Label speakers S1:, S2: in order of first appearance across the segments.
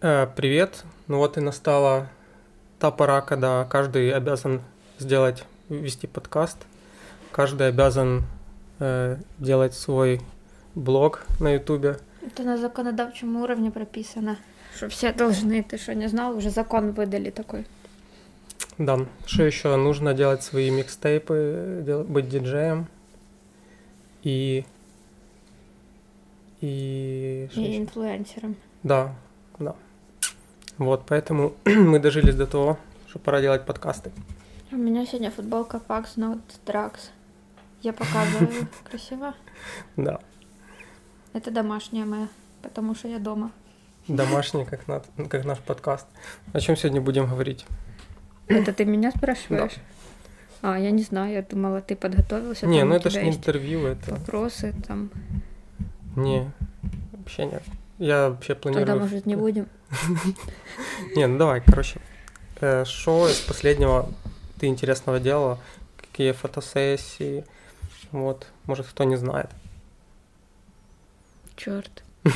S1: привет. Ну вот и настала та пора, когда каждый обязан сделать, вести подкаст. Каждый обязан э, делать свой блог на ютубе.
S2: Это на законодавчем уровне прописано, что все должны, ты что, не знал, уже закон выдали такой.
S1: Да, что еще нужно делать свои микстейпы, дел- быть диджеем и... И... шо
S2: И
S1: ещё?
S2: инфлюенсером.
S1: Да, да. Вот, поэтому мы дожились до того, что пора делать подкасты.
S2: У меня сегодня футболка Fax Not Drugs. Я показываю. Красиво.
S1: Да,
S2: Это домашняя моя, потому что я дома.
S1: домашний, как, на- как наш подкаст. О чем сегодня будем говорить?
S2: Это ты меня спрашиваешь? А, я не знаю, я думала, ты подготовился.
S1: не,
S2: там
S1: ну
S2: у
S1: это ж
S2: тебя
S1: не
S2: есть
S1: интервью, это...
S2: Вопросы там.
S1: Не, вообще нет. Я вообще планирую...
S2: Тогда, может, не будем.
S1: Не, ну давай, короче. Э, Что из последнего ты интересного делала? Какие фотосессии? Вот, может, кто не знает.
S2: Черт.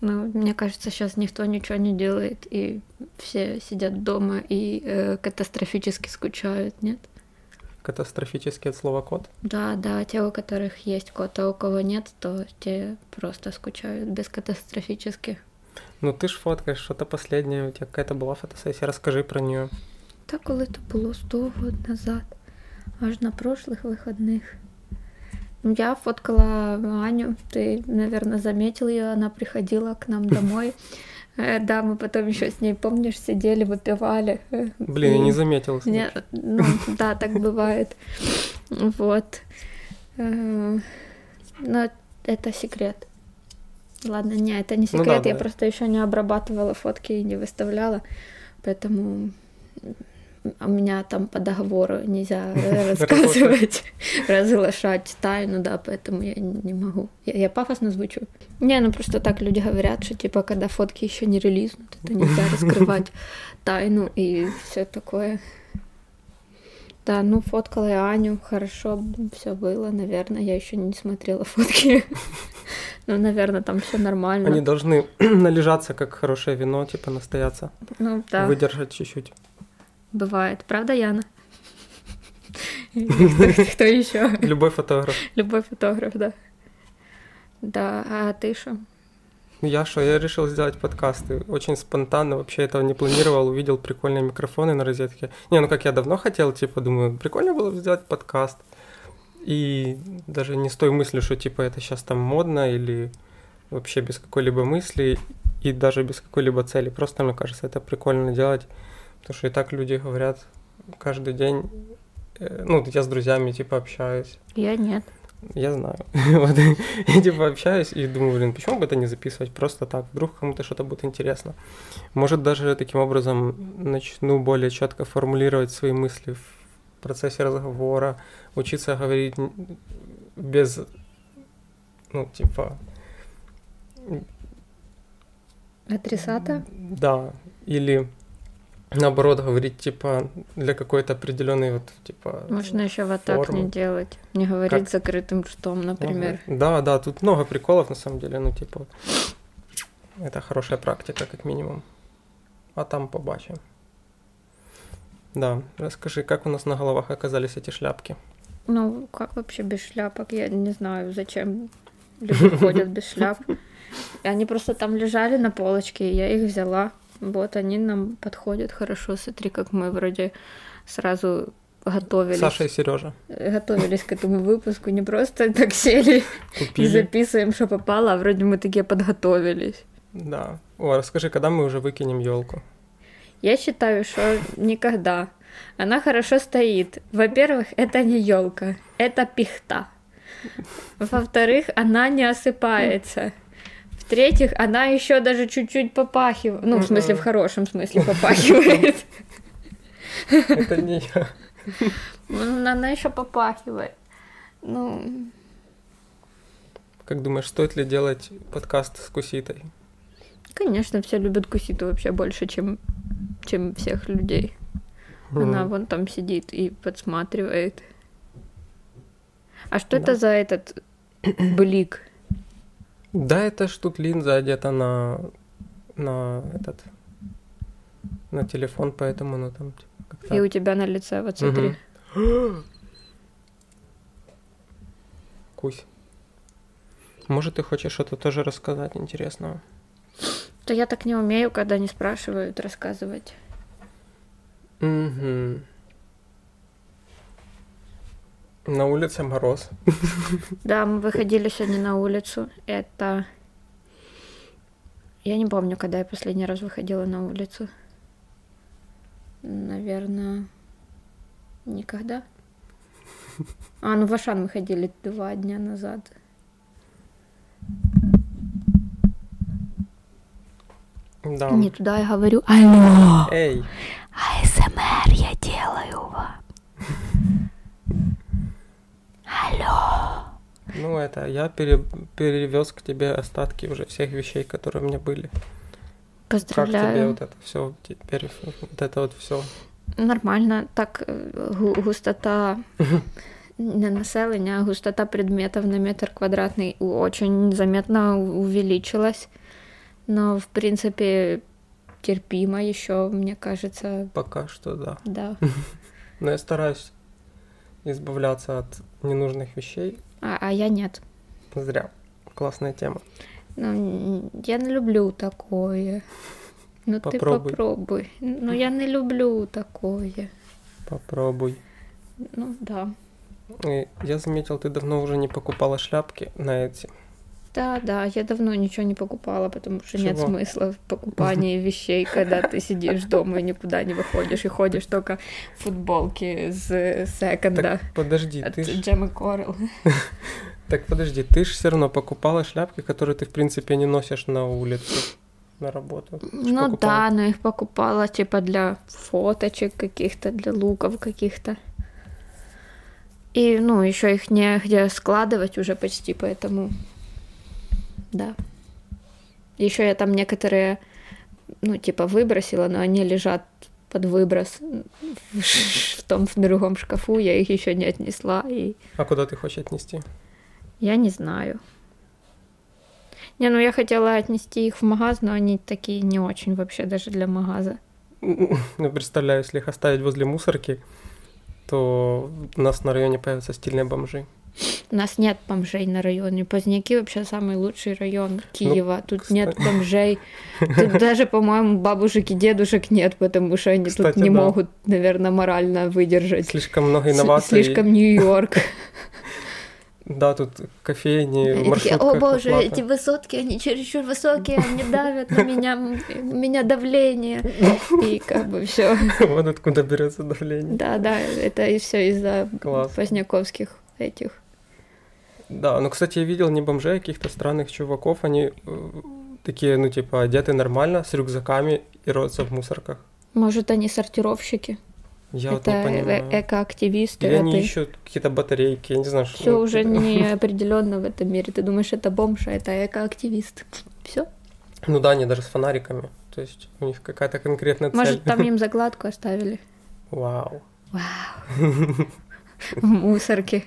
S2: Ну, мне кажется, сейчас никто ничего не делает, и все сидят дома и э, катастрофически скучают, нет?
S1: Катастрофически от слова кот.
S2: Да, да, те, у которых есть кот, а у кого нет, то те просто скучают без катастрофически.
S1: Ну ты ж фоткаешь, что-то последнее, у тебя какая-то была фотосессия, расскажи про нее.
S2: Та коли то було 100 год назад, аж на прошлих вихідних. Ну, Я фоткала Аню, ты, наверное, заметил ее, она приходила к нам домой. Э, Да, мы потом еще с ней, помнишь, сидели, выпивали. э,
S1: Блин, я не
S2: и-
S1: заметил.
S2: Не, ну, да, так бывает. Вот. Э, Но это секрет. Ладно, не, это не
S1: Ну да,
S2: секрет, я
S1: да.
S2: просто еще не обрабатывала фотки и не выставляла, поэтому у меня там по договору нельзя э, рассказывать, разглашать тайну, да, поэтому я не могу. Я, я пафосно звучу. Не, ну просто так люди говорят, что типа, когда фотки еще не релизнут, это нельзя раскрывать тайну и все такое. Да, ну фоткала я Аню, хорошо все было, наверное, я еще не смотрела фотки. Ну, наверное, там все
S1: Они
S2: нормально.
S1: должны належаться, как хорошее вино, типа настояться,
S2: Ну, да,
S1: выдержать чуть-чуть.
S2: бывает. Правда, Яна? Кто- Кто еще?
S1: Любой фотограф.
S2: Любой фотограф, да. Да, а ты что?
S1: Я что, я решил сделать подкасты. Очень спонтанно, вообще этого не планировал. Увидел прикольные микрофоны на розетке. Не, ну как я давно хотел, типа, думаю, прикольно было бы сделать подкаст. И даже не с той мыслью, что типа это сейчас там модно или вообще без какой-либо мысли и даже без какой-либо цели. Просто, мне кажется, это прикольно делать, потому что и так люди говорят каждый день. Э, Ну, я с друзьями, типа, общаюсь.
S2: Я нет.
S1: Я знаю. Вот. Я типа общаюсь и думаю, блин, почему бы это не записывать просто так? Вдруг кому-то что-то будет интересно. Может, даже таким образом начну более четко формулировать свои мысли в процессе разговора, учиться говорить н- без, ну, типа,
S2: Адресата?
S1: да, или наоборот говорить, типа, для какой-то определенной вот, типа...
S2: Можно еще вот так
S1: Форму.
S2: не делать. Не говорить
S1: Как?
S2: закрытым ртом, например.
S1: Ага. Да, да, тут много приколов на самом деле, ну типа это хорошая практика как минимум. А там побачим. Да, расскажи, как у нас на головах оказались эти шляпки?
S2: Ну, как вообще без шляпок? Я не знаю, зачем люди ходят без шляп. И Они просто там лежали на полочке, и я их взяла. Вот они нам подходят хорошо. Смотри, как мы вроде сразу готовились,
S1: Саша и Сережа
S2: э, готовились к этому выпуску. Не просто так сели и
S1: купили.
S2: записываем, что попало, а вроде мы такие подготовились.
S1: Да. О, расскажи, когда мы уже выкинем елку?
S2: Я считаю, что никогда. Она хорошо стоит. Во-первых, это не елка, это пихта. Во-вторых, она не осыпается. В-третьих, она еще даже чуть-чуть попахивает. Ну, в смысле, в хорошем смысле попахивает.
S1: Это не я.
S2: Ну, Она еще попахивает. Ну,
S1: Как думаешь, стоит ли делать подкаст с Куситой?
S2: конечно, все любят куситу вообще больше, чем, чем всех людей. Она
S1: М.
S2: вон там сидит и подсматривает. А
S1: Да.
S2: что это за этот блик?
S1: Да, это ж тут линза одета на на этот на телефон, поэтому ну там типа, как-то.
S2: И у тебя на лице, вот смотри.
S1: Мгм. Кусь. Может, ты хочешь что-то тоже рассказать интересного?
S2: То я так не умею, когда не спрашивают, рассказывать.
S1: Угу. На улице мороз.
S2: Да, мы выходили сегодня на улицу. Это... Я не помню, когда я последний раз выходила на улицу. Наверное, никогда. А, ну в Ашан мы ходили два дня назад.
S1: Да.
S2: Не туда я говорю. Алло!
S1: Эй,
S2: А АСМР эм я делаю вам.
S1: ну это, я пере- перевез к тебе остатки уже всех вещей, которые у меня были. Как тебе
S2: Поздравляю.
S1: вот это все теперь, вот это вот все?
S2: Нормально. Так э, гу- густота не населення, а густота предметов на метр квадратный у- очень заметно у- увеличилась. Но, в принципе, терпимо еще, мне кажется,
S1: Пока что да.
S2: да.
S1: Но я стараюсь избавляться от ненужных вещей.
S2: А, а я нет.
S1: Зря. Классная тема.
S2: Ну, м, я не люблю такое. Ну
S1: Попробуй.
S2: ти попробуй. Ну я не люблю такое.
S1: Попробуй.
S2: Ну да.
S1: И я заметил, ты давно уже не покупала шляпки на эти.
S2: Да, да, я давно ничего не покупала, потому что нет
S1: Чего?
S2: смысла в покупании вещей, когда ты сидишь дома и никуда не выходишь, и ходишь только в футболке с секонда
S1: Так подожди,
S2: от
S1: ты ж-
S2: Джемы Корел.
S1: так подожди, ты же все равно покупала шляпки, которые ты в принципе не носишь на улицу, на работу. Ты ж
S2: Ну
S1: покупала.
S2: да, но их покупала типа для фоточек каких-то, для луков каких-то. И, ну, еще их негде складывать уже почти, поэтому, да. Еще я там некоторые, ну, типа выбросила, но они лежат под выброс в, ш- в том в другом шкафу, я их еще не отнесла, и
S1: А куда ты хочешь отнести?
S2: я не знаю. Не, ну я хотела отнести их в магаз, но они такие не очень вообще даже для магаза.
S1: Ну, представляю, если их оставить возле мусорки, то у нас на районе появятся стильные бомжи.
S2: У нас нет бомжей на районе. Поздняки вообще самый лучший район Киева. Тут
S1: Ну, кстати.
S2: нет бомжей. Тут даже, по-моему, бабушек и дедушек нет, потому что они
S1: Кстати,
S2: тут не
S1: да.
S2: могут, наверное, морально выдержать.
S1: Слишком много
S2: с-
S1: инноваций.
S2: Слишком Нью-Йорк.
S1: Да, тут кофейни,
S2: Они такие,
S1: маршрутка.
S2: О боже,
S1: оплата».
S2: эти высотки, они чересчур высокие, они давят на меня, м, у меня давление. И как бы все.
S1: Вот откуда берется давление.
S2: Да, да, это и все из-за
S1: Класс.
S2: поздняковских этих.
S1: Да, ну, кстати, я видел не бомжей, а каких-то странных чуваков. Они э, такие, ну, типа, одеты нормально, с рюкзаками и роются в мусорках.
S2: Может, они сортировщики?
S1: Я вот
S2: это
S1: не понимаю.
S2: э- экоактивисты.
S1: Или
S2: а
S1: они
S2: ты-
S1: ищут какие-то батарейки, я не знаю, что...
S2: Все
S1: ну,
S2: уже
S1: типа-
S2: не определенно в этом мире. Ты думаешь, это бомж, а это экоактивист. Все.
S1: Ну да, они даже с фонариками. То есть у них какая-то конкретная цель.
S2: Может, там им закладку оставили
S1: Вау.
S2: в мусорке.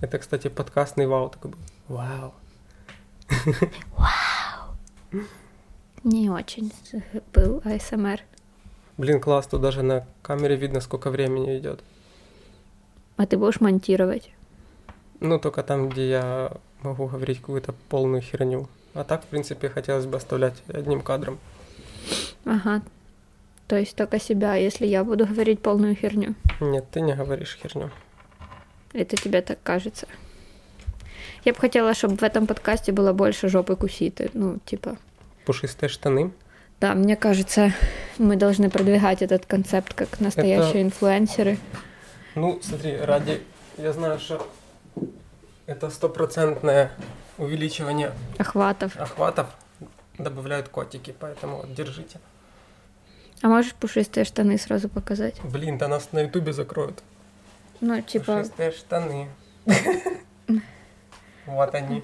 S1: Это, кстати, подкастный вау такой был. Вау.
S2: Не очень с- был АСМР.
S1: Блин, класс, тут даже на камере видно, сколько времени идет.
S2: А ты будешь монтировать.
S1: Ну, только там, где я могу говорить какую-то полную херню. А так, в принципе, хотелось бы оставлять одним кадром.
S2: Ага. То есть только себя, а если я буду говорить полную херню.
S1: Нет, ты не говоришь херню.
S2: Это тебе так кажется. Я бы хотела, чтобы в этом подкасте было больше жопы куситы. Ну, типа,
S1: Пушистые штаны.
S2: Да, мне кажется, мы должны продвигать этот концепт как настоящие инфлюенсеры.
S1: Ну, смотри, ради... Я знаю, что это стопроцентное увеличивание
S2: охватов.
S1: охватов добавляют котики, поэтому вот держите.
S2: А можешь пушистые штаны сразу показать?
S1: Блин, да нас на ютубе закроют.
S2: Ну, типа,
S1: Пушистые штаны. Вот они.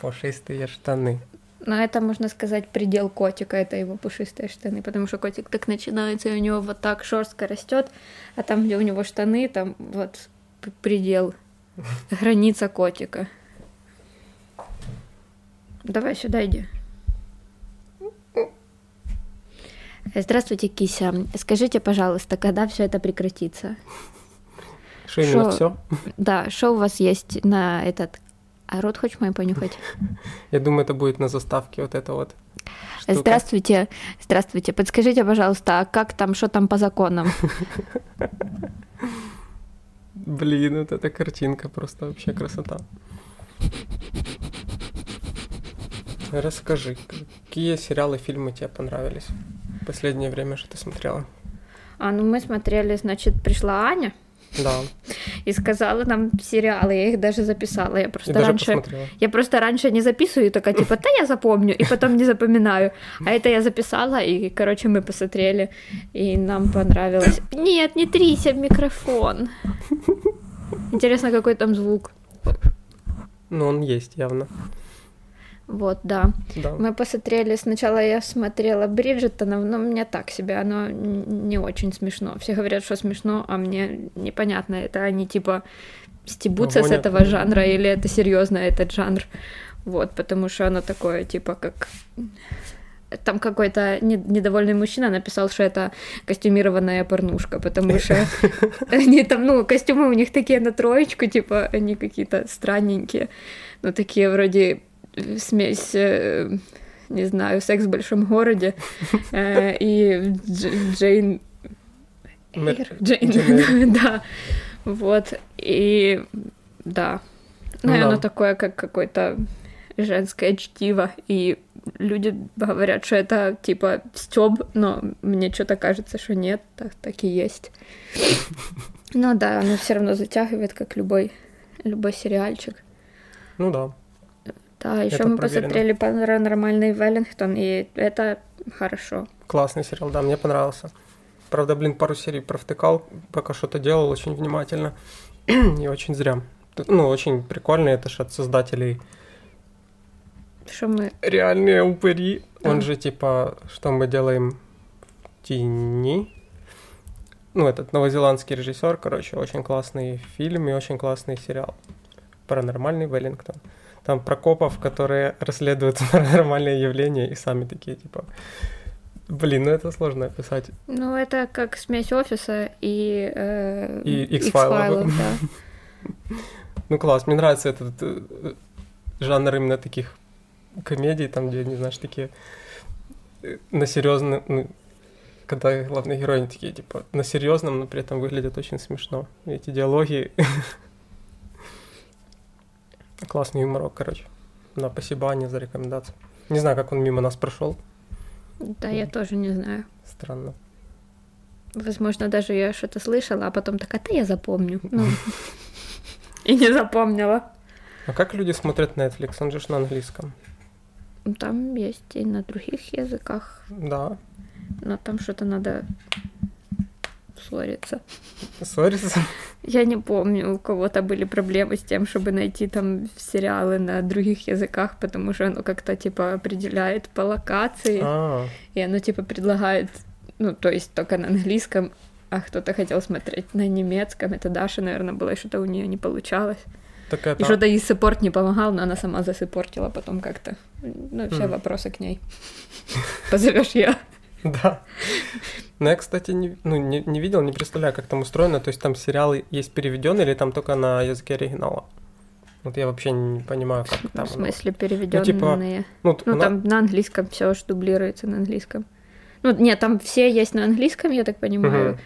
S1: Пушистые штаны.
S2: ну это можно сказать предел котика, это его пушистые штаны, потому что котик так начинается, и у него вот так шерстка растет, а там, где у него штаны, там вот п- предел, граница котика. Давай сюда иди. Здравствуйте, Кися. Скажите, пожалуйста, когда все это прекратится?
S1: Что именно все?
S2: Да, что у вас есть на этот... А рот хочешь мой понюхать?
S1: Я думаю, это будет на заставке вот это вот. штука.
S2: Здравствуйте, здравствуйте. Подскажите, пожалуйста, а как там, что там по законам?
S1: Блин, вот эта картинка просто вообще красота. Расскажи, какие сериалы, фильмы тебе понравились? в Последнее время, что ты смотрела?
S2: А, ну мы смотрели, значит, пришла Аня
S1: Да,
S2: и сказала нам сериалы, я их даже записала. Я
S1: и
S2: просто
S1: даже
S2: раньше...
S1: посмотрела.
S2: Я просто раньше не записываю, такая, типа, да я запомню, и потом не запоминаю. А это я записала, и, короче, мы посмотрели, и нам понравилось. Нет, не трися в микрофон. Интересно, какой там звук.
S1: Ну, он есть явно.
S2: Вот, да.
S1: Да.
S2: Мы посмотрели, сначала я смотрела Бриджитонов, но мне так себе, оно н- не очень смешно. Все говорят, что смешно, а мне непонятно, это они типа стебутся с
S1: Гонят.
S2: этого жанра или это серьезно этот жанр. Вот, потому что оно такое, типа, как... Там какой-то не- недовольный мужчина написал, что это костюмированная порнушка, потому что они там, ну, костюмы у них такие на троечку, типа, они какие-то странненькие, ну, такие вроде смесь, э, не знаю, секс в большом городе э, и Дж- Джейн...
S1: Мэр-
S2: Эйр? Джейн,
S1: Джейн
S2: да, вот, и да,
S1: Ну
S2: наверное,
S1: да.
S2: такое, как какое-то женское чтиво, и люди говорят, что это типа стёб, но мне что-то кажется, что нет, так, так и есть. Ну да, оно все равно затягивает, как любой, любой сериальчик.
S1: Ну да.
S2: Да, еще
S1: Это
S2: мы
S1: проверено.
S2: посмотрели паранормальный Веллингтон, и это хорошо.
S1: Классный сериал, да, мне понравился. Правда, блин, пару серий провтыкал, пока что-то делал очень внимательно. И очень зря. Т- Ну, очень прикольно, это же от создателей.
S2: Что мы...
S1: Реальные упыри. Он
S2: Да.
S1: же типа, что мы делаем в тени. Ну, этот новозеландский режиссер, короче, очень классный фильм и очень классный сериал. Паранормальный Веллингтон. Там про копов, которые расследуют паранормальные явления и сами такие, типа... Блин, ну это сложно описать.
S2: Ну, это как смесь офиса и... э,
S1: И
S2: X-файлов,
S1: X-файлов.
S2: да.
S1: Ну класс, мне нравится этот э, э, жанр именно таких комедий, там, где, не знаешь, такие э, на серьезно, ну, когда главные герои они такие, типа, на серьезном, но при этом выглядят очень смешно. И эти диалоги. Классный юморок, короче. На спасибо Ане за рекомендацию. Не знаю, как он мимо нас прошел.
S2: Да, я тоже не знаю.
S1: Странно.
S2: Возможно, даже я что-то слышала, а потом такая, да я запомню. Ну, и не запомнила.
S1: А как люди смотрят Netflix? Он же ж на английском.
S2: Там есть и на других языках,
S1: Да.
S2: но там что-то надо ссориться.
S1: Ссорится.
S2: Я не помню, у кого-то были проблемы с тем, чтобы найти там сериалы на других языках, потому что оно как-то типа определяет по локации,
S1: А,
S2: и оно типа предлагает, ну, то есть только на английском, а кто-то хотел смотреть на немецком, это Даша, наверное, было, и что-то у нее не получалось.
S1: так это...
S2: И что-то ей саппорт не помогал, но она сама засыпортила потом как-то. Ну, все
S1: Мгм.
S2: вопросы к ней. Позовешь я.
S1: Да. Но я, кстати, не, ну, не, не видел, не представляю, как там устроено. То есть там сериалы есть переведенные или там только на языке оригинала? Вот я вообще не понимаю, как там.
S2: в
S1: оно.
S2: смысле, переведенные.
S1: Ну, т- типа, у
S2: Ну,
S1: на-
S2: там на английском все ж дублируется на английском. Ну, нет, там все есть на английском, я так понимаю.
S1: Мгм.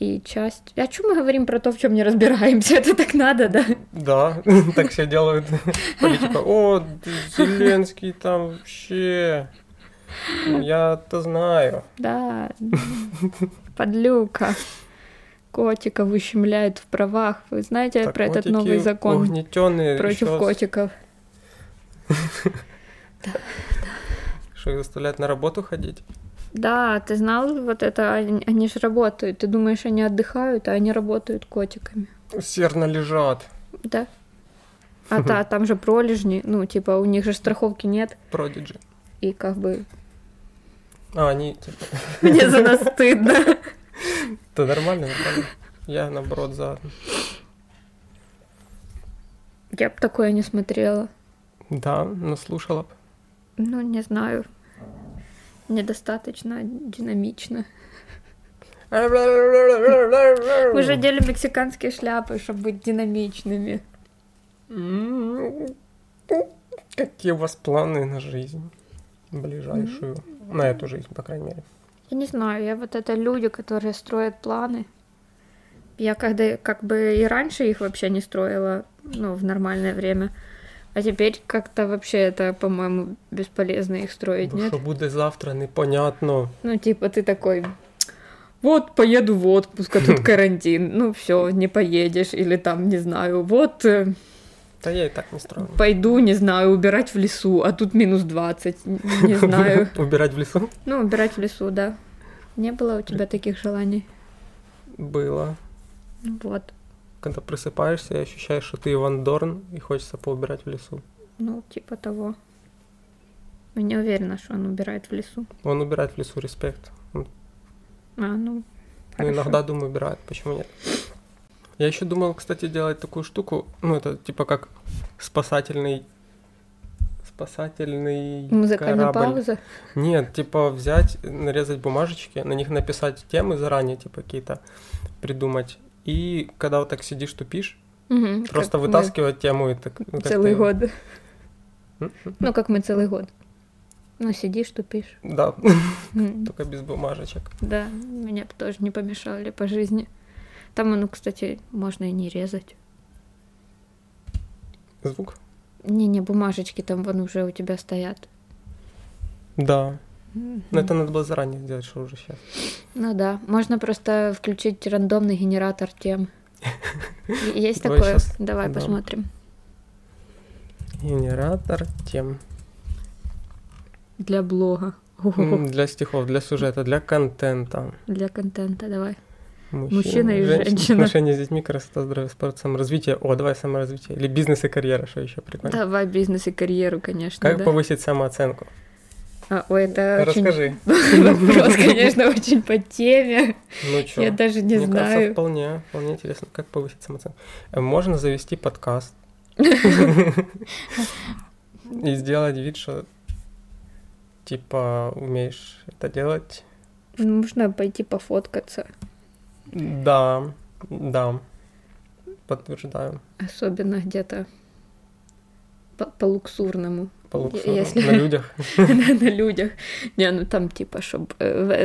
S2: И часть. А чем мы говорим про то, в чем не разбираемся? Это так надо, да?
S1: Да, так все делают. Политика. О, ты Зеленский там вообще. Ну, Я-то знаю.
S2: Да. Подлюка. Котиков ущемляют в правах. Вы знаете про этот новый закон
S1: Угнетенные
S2: против котиков?
S1: Что их заставляют на работу ходить?
S2: Да, ты знал, вот это они, они же работают. Ты думаешь, они отдыхают, а они работают котиками.
S1: Усердно лежат.
S2: Да. А та, там же пролежни, ну, типа, у них же страховки нет,
S1: Продиджи.
S2: и как бы
S1: А, они типа.
S2: мне за нас стыдно.
S1: Да нормально, нормально. Я наоборот за.
S2: Я бы такое не смотрела.
S1: Да, но слушала б.
S2: Ну, не знаю. недостаточно динамично. Мы же одели мексиканские шляпы, чтобы быть динамичными.
S1: М, Какие у вас планы на жизнь? Ближайшую.
S2: М-м-м.
S1: На эту жизнь, по крайней мере.
S2: Я не знаю, я вот это люди, которые строят планы. Я когда как бы и раньше их вообще не строила, ну, в нормальное время. А теперь как-то вообще это, по-моему, бесполезно их строить,
S1: Бо
S2: нет?
S1: Що буде завтра, непонятно.
S2: Ну, типа, ты такой, вот, поеду в отпуск, а тут карантин. Ну, все, не поедешь. Или там, не знаю, вот, э,
S1: Та я і так не строю.
S2: пойду, не знаю, убирать в лесу, а тут минус 20. Н- Не знаю.
S1: Убирать в лесу?
S2: Ну, убирать в лесу, да. Не было у тебя таких желаний?
S1: Было.
S2: Ну, Вот.
S1: Когда просыпаешься и ощущаешь, что ты Иван Дорн, и хочется поубирать в лесу.
S2: Ну, типа того. Я не уверена, что он убирает в лесу.
S1: Он убирает в лесу, респект.
S2: А, ну,
S1: Ну,
S2: хорошо.
S1: иногда, думаю, убирают, почему нет? Я еще думал, кстати, делать такую штуку, ну, это типа как спасательный спасательный
S2: Музыкальная
S1: корабль.
S2: пауза.
S1: Нет, типа взять, нарезать бумажечки, на них написать темы заранее, типа какие-то придумать. И когда вот так сидишь, тупишь,
S2: Мгм,
S1: просто
S2: как мы
S1: вытаскивать тему и так... ну, как
S2: Целый
S1: ты- М-м-м.
S2: год.
S1: М?
S2: Ну, как мы целый год. Ну, сидишь, тупишь.
S1: Да,
S2: М,
S1: только без бумажечек.
S2: Да, меня бы тоже не помешали по жизни. Там, ну, кстати, можно и не резать.
S1: Звук?
S2: Не-не, бумажечки там вон уже у тебя стоят.
S1: Да.
S2: Мгм.
S1: Но Ну, это надо было заранее сделать, что уже сейчас.
S2: Ну да, можно просто включить рандомный генератор тем. Е- Есть
S1: Давай
S2: такое?
S1: щас,
S2: Давай
S1: да.
S2: посмотрим.
S1: Генератор тем.
S2: Для блога.
S1: М, Для стихов, для сюжета, для контента.
S2: Для контента, давай.
S1: Мужчина,
S2: Мужчина и женщина.
S1: Отношения с детьми, красота, здоровье, спорт, саморазвитие. О, давай саморазвитие. Или бизнес и карьера, что еще прикольно.
S2: Давай бизнес и карьеру, конечно.
S1: Как
S2: да?
S1: повысить самооценку?
S2: А, ой, это очень
S1: Расскажи.
S2: вопрос, конечно, очень по теме.
S1: Ну чё?
S2: Я даже не
S1: Мне кажется,
S2: знаю.
S1: вполне, вполне интересно, как повысить самооценку. Э, Можно завести подкаст. И сделать вид, что типа умеешь это делать.
S2: Нужно пойти пофоткаться.
S1: Да, да. Подтверждаю.
S2: Особенно где-то по- по-луксурному.
S1: По
S2: Е-
S1: луксуру.
S2: если-
S1: На людях.
S2: на людях. Не, ну там типа, чтобы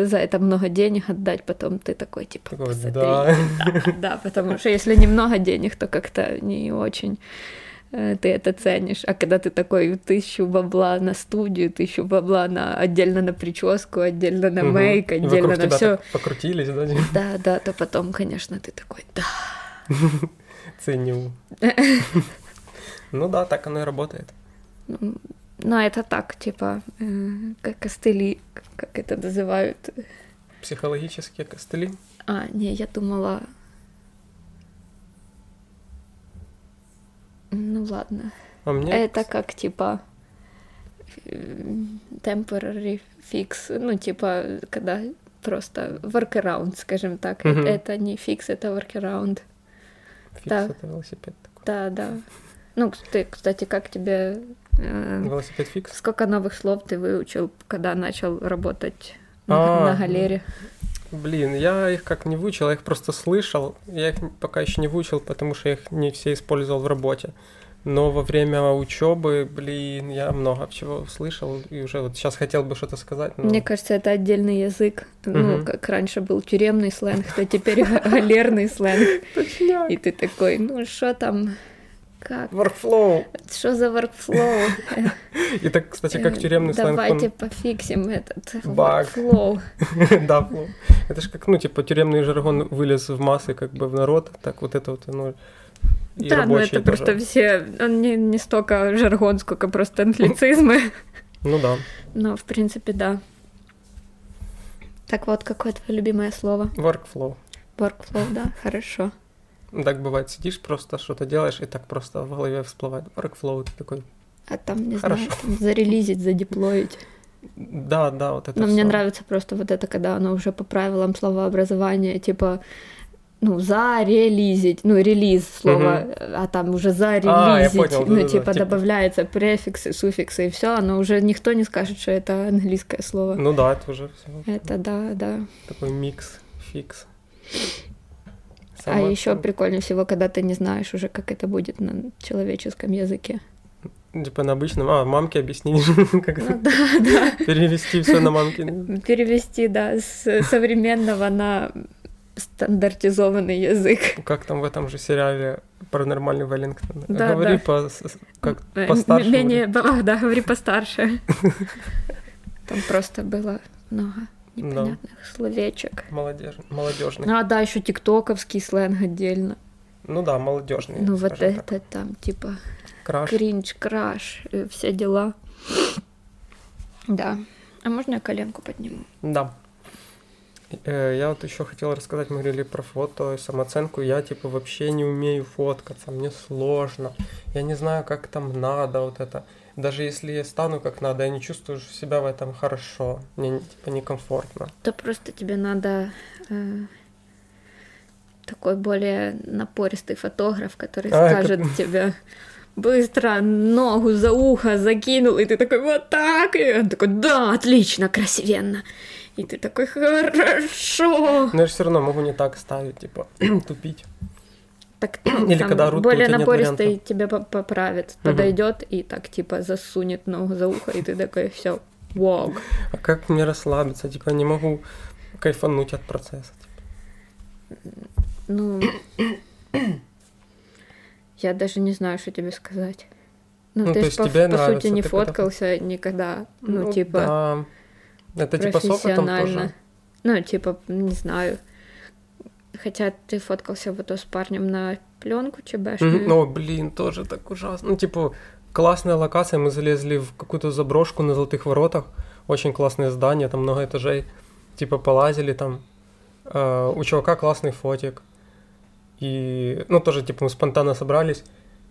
S2: за это много денег отдать, потом ты такой, типа,
S1: Такой,
S2: посмотри.
S1: да.
S2: Да, да, потому что если немного денег, то как-то не очень э, ты это ценишь. А когда ты такой тысячу бабла на студию, тысячу бабла на отдельно на прическу, отдельно на
S1: Мгм.
S2: мейк,
S1: И
S2: отдельно
S1: вокруг
S2: на
S1: тебя
S2: все.
S1: так Покрутились, да?
S2: Да, да, то потом, конечно, ты такой, да.
S1: Ценю. Ну да, так оно и работает.
S2: Ну, Но это так, типа, э, как костыли, как это называют.
S1: Психологические костыли.
S2: А, не, я думала... Ну ладно.
S1: А мне
S2: Это как, типа, м, temporary fix. Ну, типа, когда просто workaround, скажем так.
S1: Мгм.
S2: Это не фикс, это workaround.
S1: фикс
S2: да.
S1: это велосипед такой.
S2: Да, да. Ну, ты, кстати, как тебе... э,
S1: Велосипед фикс.
S2: Сколько новых слов ты выучил, когда начал работать
S1: А,
S2: на, на галере?
S1: Блин, я их как не выучил, я их просто слышал. Я их пока еще не выучил, потому что я их не все использовал в работе. Но во время учебы, блин, я много чего слышал и уже вот сейчас хотел бы что-то сказать, но
S2: Мне кажется, это отдельный язык. Ну,
S1: Ну. Мгм.
S2: как раньше был тюремный сленг, то теперь га- галерный сленг. И ты такой, ну что там, как,
S1: Workflow.
S2: что за workflow?
S1: И так, кстати, как
S2: Э,
S1: тюремный сленг, он-
S2: Давайте пофиксим этот
S1: Баг.
S2: workflow.
S1: Да, флоу. Это же как, ну, типа, тюремный жаргон вылез в массы, как бы в народ, так вот это вот, ну, и
S2: Да, ну это
S1: рабочие тоже.
S2: просто все, он не, не столько жаргон, сколько просто англицизмы.
S1: Ну да.
S2: Но, в принципе, да. Так вот, какое твое любимое слово?
S1: Workflow.
S2: Workflow, да, хорошо.
S1: Так бывает, сидишь просто, что-то делаешь, и так просто в голове всплывает workflow, ты такой,
S2: А там, не знаю,
S1: Хорошо.
S2: там зарелизить, задеплоить.
S1: да, да, вот это
S2: Но Ну, мне
S1: всё».
S2: нравится просто вот это, когда оно уже по правилам словообразования, типа ну, зарелизить, ну, релиз слово, а там уже зарелизить,
S1: А, я понял,
S2: ну,
S1: да-да-да, типа.
S2: типа, добавляется префиксы, суффиксы и все, но уже никто не скажет, что это английское слово.
S1: Ну да, это уже всё.
S2: Это да, да.
S1: Такой микс, фикс.
S2: а еще прикольнее всего, когда ты не знаешь уже, как это будет на человеческом языке.
S1: Типа на обычном... А, мамке объяснили, как
S2: Ну
S1: это
S2: да, да.
S1: перевести все на мамки.
S2: Перевести, да, с современного на стандартизованный язык.
S1: Как там в этом же сериале «Паранормальный Веллингтон».
S2: Да,
S1: Говори
S2: да.
S1: по... с- с- Как
S2: Э,
S1: постарше.
S2: м- Менее, ба- да, говори постарше. Там просто было много
S1: Да.
S2: непонятных словечек.
S1: Молодежный.
S2: А, да, еще тиктоковский сленг отдельно.
S1: Ну да, молодежный.
S2: Ну вот это там, типа,
S1: Краш.
S2: кринж, краш, э, все дела. Да. А можно я коленку подниму?
S1: Да. Э, Я вот еще хотел рассказать, мы говорили про фото и самооценку. Я типа вообще не умею фоткаться, мне сложно. Я не знаю, как там надо вот это. Даже если я стану как надо, я не чувствую себя в этом хорошо. Мне типа некомфортно.
S2: То просто тебе надо э, такой более напористый фотограф, который
S1: А,
S2: скажет тебе быстро ногу за ухо закинул, и ты такой вот так, и он такой, да, отлично, красивенно. И ты такой, хорошо.
S1: Но я же все равно могу не так ставить, типа тупить.
S2: Так,
S1: Или
S2: там
S1: когда руки, у
S2: более
S1: тебя нет
S2: напористый
S1: вариантов.
S2: тебя по- поправит,
S1: Мгм.
S2: подойдет и так типа засунет ногу за ухо, и ты такой, все, вог.
S1: А как мне расслабиться? Типа не могу кайфануть от процесса. типа.
S2: Ну, я даже не знаю, что тебе сказать. Ну,
S1: Ну,
S2: ты
S1: то
S2: ж
S1: есть
S2: по,
S1: тебе
S2: по
S1: нравится,
S2: сути не
S1: ты когда-
S2: фоткался никогда, ну, типа,
S1: да. Это типа с опытом
S2: профессионально.
S1: тоже.
S2: Ну, типа, не знаю. Хотя ты фоткался вот с парнем на пленку чебешную.
S1: Мгм. Ну, блин, тоже так ужасно. Ну, типа, классная локация. Мы залезли в какую-то заброшку на Золотых Воротах. Очень классное здание, там много этажей. Типа, полазили там. Э, у чувака классный фотик. И, ну, тоже, типа, мы спонтанно собрались.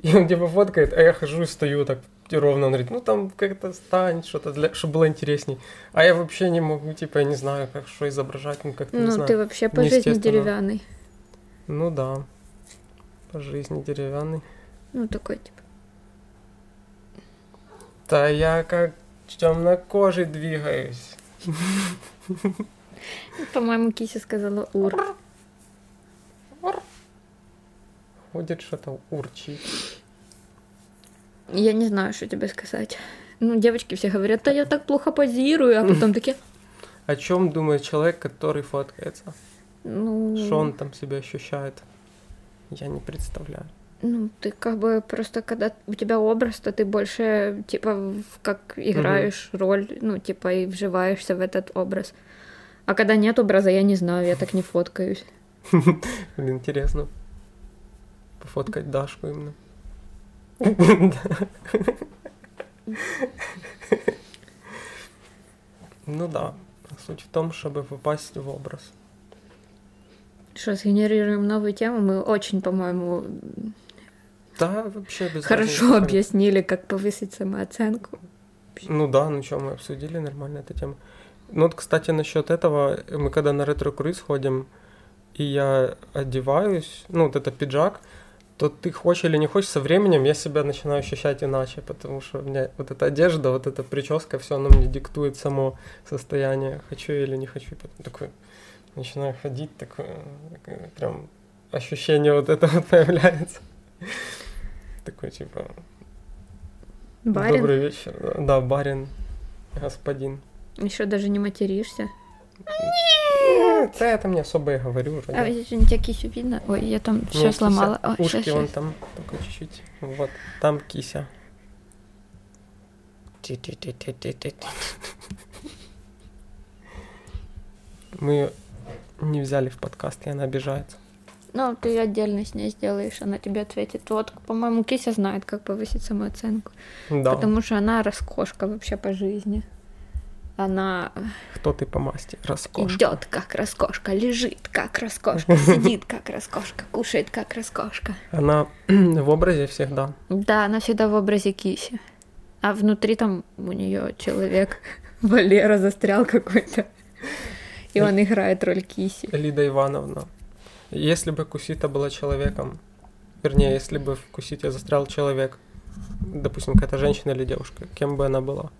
S1: И он, типа, фоткает, а я хожу и стою так ровно. Он говорит, ну, там как-то стань, что-то, для... чтобы было интересней. А я вообще не могу, типа, я не знаю, как что изображать, ну, как-то не
S2: Ну,
S1: знаю.
S2: ты вообще по жизни
S1: Неестественно.
S2: деревянный.
S1: Ну, да. По жизни деревянный.
S2: Ну, такой, типа,
S1: Та я как темнокожий двигаюсь.
S2: по-моему, Кися сказала ур.
S1: Ходит что-то урчит.
S2: Я не знаю, что тебе сказать. Ну, девочки все говорят, да я так плохо позирую, а потом такие,
S1: О чем думает человек, который фоткается?
S2: ну...
S1: Что он там себя ощущает? Я не представляю.
S2: Ну, ты как бы просто, когда у тебя образ, то ты больше, типа, в- как играешь роль, ну, типа, и вживаешься в этот образ. А когда нет образа, я не знаю, я так не фоткаюсь.
S1: Блин, интересно. Пофоткать Дашку именно. Ну да. Суть в том, чтобы попасть в образ.
S2: Что, сгенерируем новую тему? Мы очень, по-моему,
S1: Да, вообще без
S2: хорошо
S1: разницы.
S2: объяснили, как повысить самооценку.
S1: Ну да, ну что, мы обсудили нормально эту тему. Ну вот, кстати, насчет этого, мы когда на ретро-круиз ходим, и я одеваюсь, ну вот это пиджак, то ты хочешь или не хочешь, со временем я себя начинаю ощущать иначе, потому что у меня вот эта одежда, вот эта прическа, все оно мне диктует само состояние, хочу я или не хочу. И Потом такой начинаю ходить, такое, такое прям ощущение вот этого появляется. Такой типа,
S2: Барин,
S1: Добрый вечер. Да, Да, барин, господин.
S2: еще даже не материшься.
S1: Нет. Да, я там не особо и говорю. вроде.
S2: А, извините, а кисю видно? Ой, я там все
S1: Нет,
S2: сломала.
S1: Ну, кися.
S2: Ой,
S1: Ушки
S2: щас, щас.
S1: вон там, только чуть-чуть. Вот, там кися. Ти-ти-ти-ти-ти-ти-ти. Мы её не взяли в подкаст, и она обижается.
S2: Ну, ты отдельно с ней сделаешь, она тебе ответит. Вот, по-моему, Кися знает, как повысить самооценку.
S1: Да,
S2: Потому что она роскошка вообще по жизни. Она
S1: кто ты по масти? Роскошь.
S2: идет как роскошка, лежит как роскошка, сидит как роскошка, кушает как роскошка.
S1: Она в образе всегда.
S2: Да, она всегда в образе Киси. А внутри там у нее человек
S1: Ну.
S2: Валера застрял какой-то. И он играет роль Киси.
S1: Лида Ивановна. Если бы Кусита была человеком, вернее, если бы в Кусите застрял человек, допустим, какая-то женщина или девушка, кем бы она была?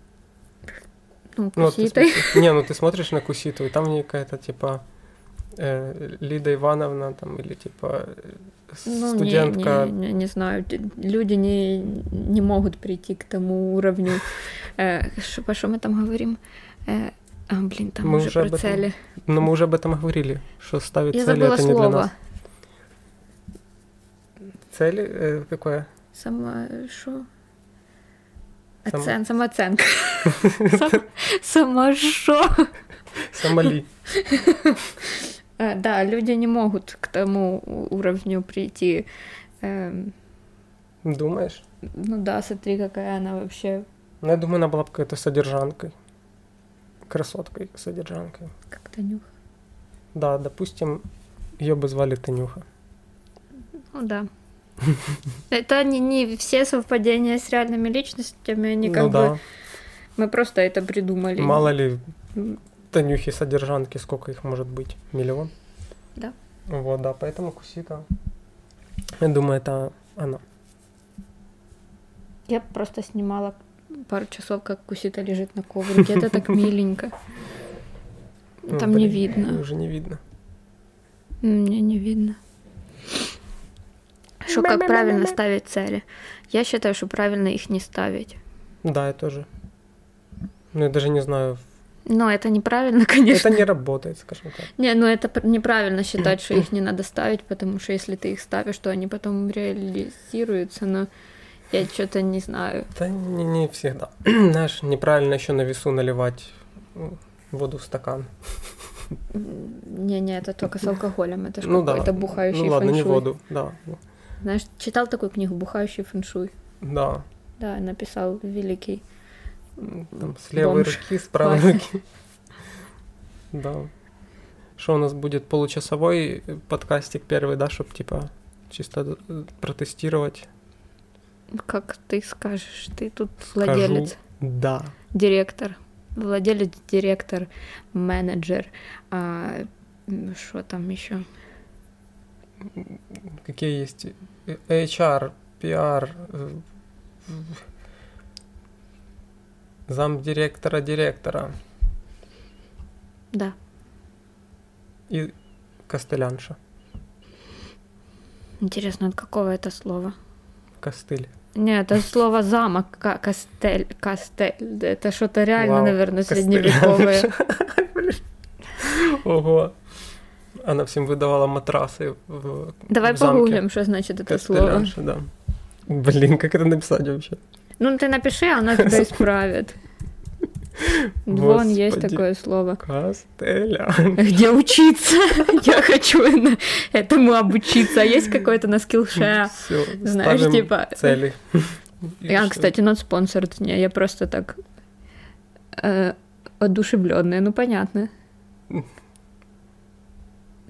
S2: Ну,
S1: Ну, вот ты
S2: Куситой.
S1: смотри- не, ну ты смотришь на Куситу, и там в ней какая-то типа э, Лида Ивановна там или типа э,
S2: Ну, не-
S1: студентка.
S2: Не, не- не знаю, т- люди не, не могут прийти к тому уровню. Э, шо- Про что мы там говорим? Э, а, блин, там
S1: Мы
S2: уже
S1: уже
S2: про
S1: об этом
S2: цели.
S1: Но мы уже об этом говорили, что ставить
S2: Я
S1: цели
S2: забыла
S1: это не для
S2: слово.
S1: нас. Цели э, какое?
S2: Само... Що?
S1: Само-
S2: Оцен... Самооценка. Сам- Сама що?
S1: Сомали.
S2: Е, Э, Да, люди не можуть к тому у- уровню прийти. Ем,
S1: Думаешь?
S2: Ну да, смотри, какая она вообще.
S1: Ну, я думаю, она была бы какой-то содержанкой. Красоткой, содержанкой.
S2: Как Танюха.
S1: Да, допустим, ее бы звали Танюха.
S2: Ну да. Это не, не все совпадения с реальными личностями, они как
S1: ну
S2: бы...
S1: да,
S2: Мы просто это придумали.
S1: мало ли
S2: М.
S1: Танюхи содержанки, сколько их может быть? Миллион?
S2: Да.
S1: Вот, да, поэтому Кусита, я думаю, это она.
S2: Я просто снимала пару часов, как Кусита лежит на коврике. Это так миленько.
S1: Ну,
S2: Там не
S1: блин,
S2: видно. Ну,
S1: Уже не видно.
S2: Мне не видно. Что, как правильно ставить цели? Я считаю, что правильно их не ставить.
S1: Да, я тоже. Ну, я даже не знаю.
S2: Но это неправильно, конечно.
S1: Это не работает, скажем так.
S2: Не, ну это пр- неправильно считать, что их не надо ставить, потому что если ты их ставишь, то они потом реализируются, но я что-то не знаю.
S1: Да не, не всегда. Знаешь, неправильно еще на весу наливать м, воду в стакан.
S2: М, Не-не, это только с алкоголем, это же
S1: ну да.
S2: какой-то бухающий
S1: Ну ладно, не
S2: фэншуй.
S1: воду, да.
S2: Знаешь, читал такую книгу «Бухающий фэншуй»?
S1: Да.
S2: Да, написал великий.
S1: М, Там с левой
S2: Бомж.
S1: руки, с правой
S2: Вася.
S1: руки. Да. Что у нас будет получасовой э, подкастик первый, да, чтобы типа чисто э, протестировать.
S2: Как ты скажешь, ты тут
S1: Скажу.
S2: владелец,
S1: Да.
S2: директор, владелец, директор, менеджер, а, м, что там еще?
S1: Какие есть э, HR, PR, э, замдиректора, директора
S2: Да,
S1: и костылянша.
S2: интересно, от какого это слова?
S1: Костыль.
S2: Нет, это слово замок, ка- кастель, кастель. Да Это что-то реально,
S1: Вау,
S2: наверное,
S1: кастель.
S2: средневековое.
S1: Ого. Она всем выдавала матрасы в
S2: Давай
S1: в замке.
S2: погуглим, что значит это слово.
S1: Костылянша, да. Блин, как это написать вообще?
S2: Ну, ты напиши, а она тебя исправит. Вон есть
S1: Господи.
S2: такое слово.
S1: Костеля.
S2: Где учиться? Я хочу на- этому обучиться. А Есть какое-то на скиллше?
S1: Всё,
S2: Знаешь,
S1: ставим
S2: типа-
S1: Цели. И
S2: Я,
S1: всё.
S2: кстати, not sponsored. Не, я просто так одушевленная, ну понятно.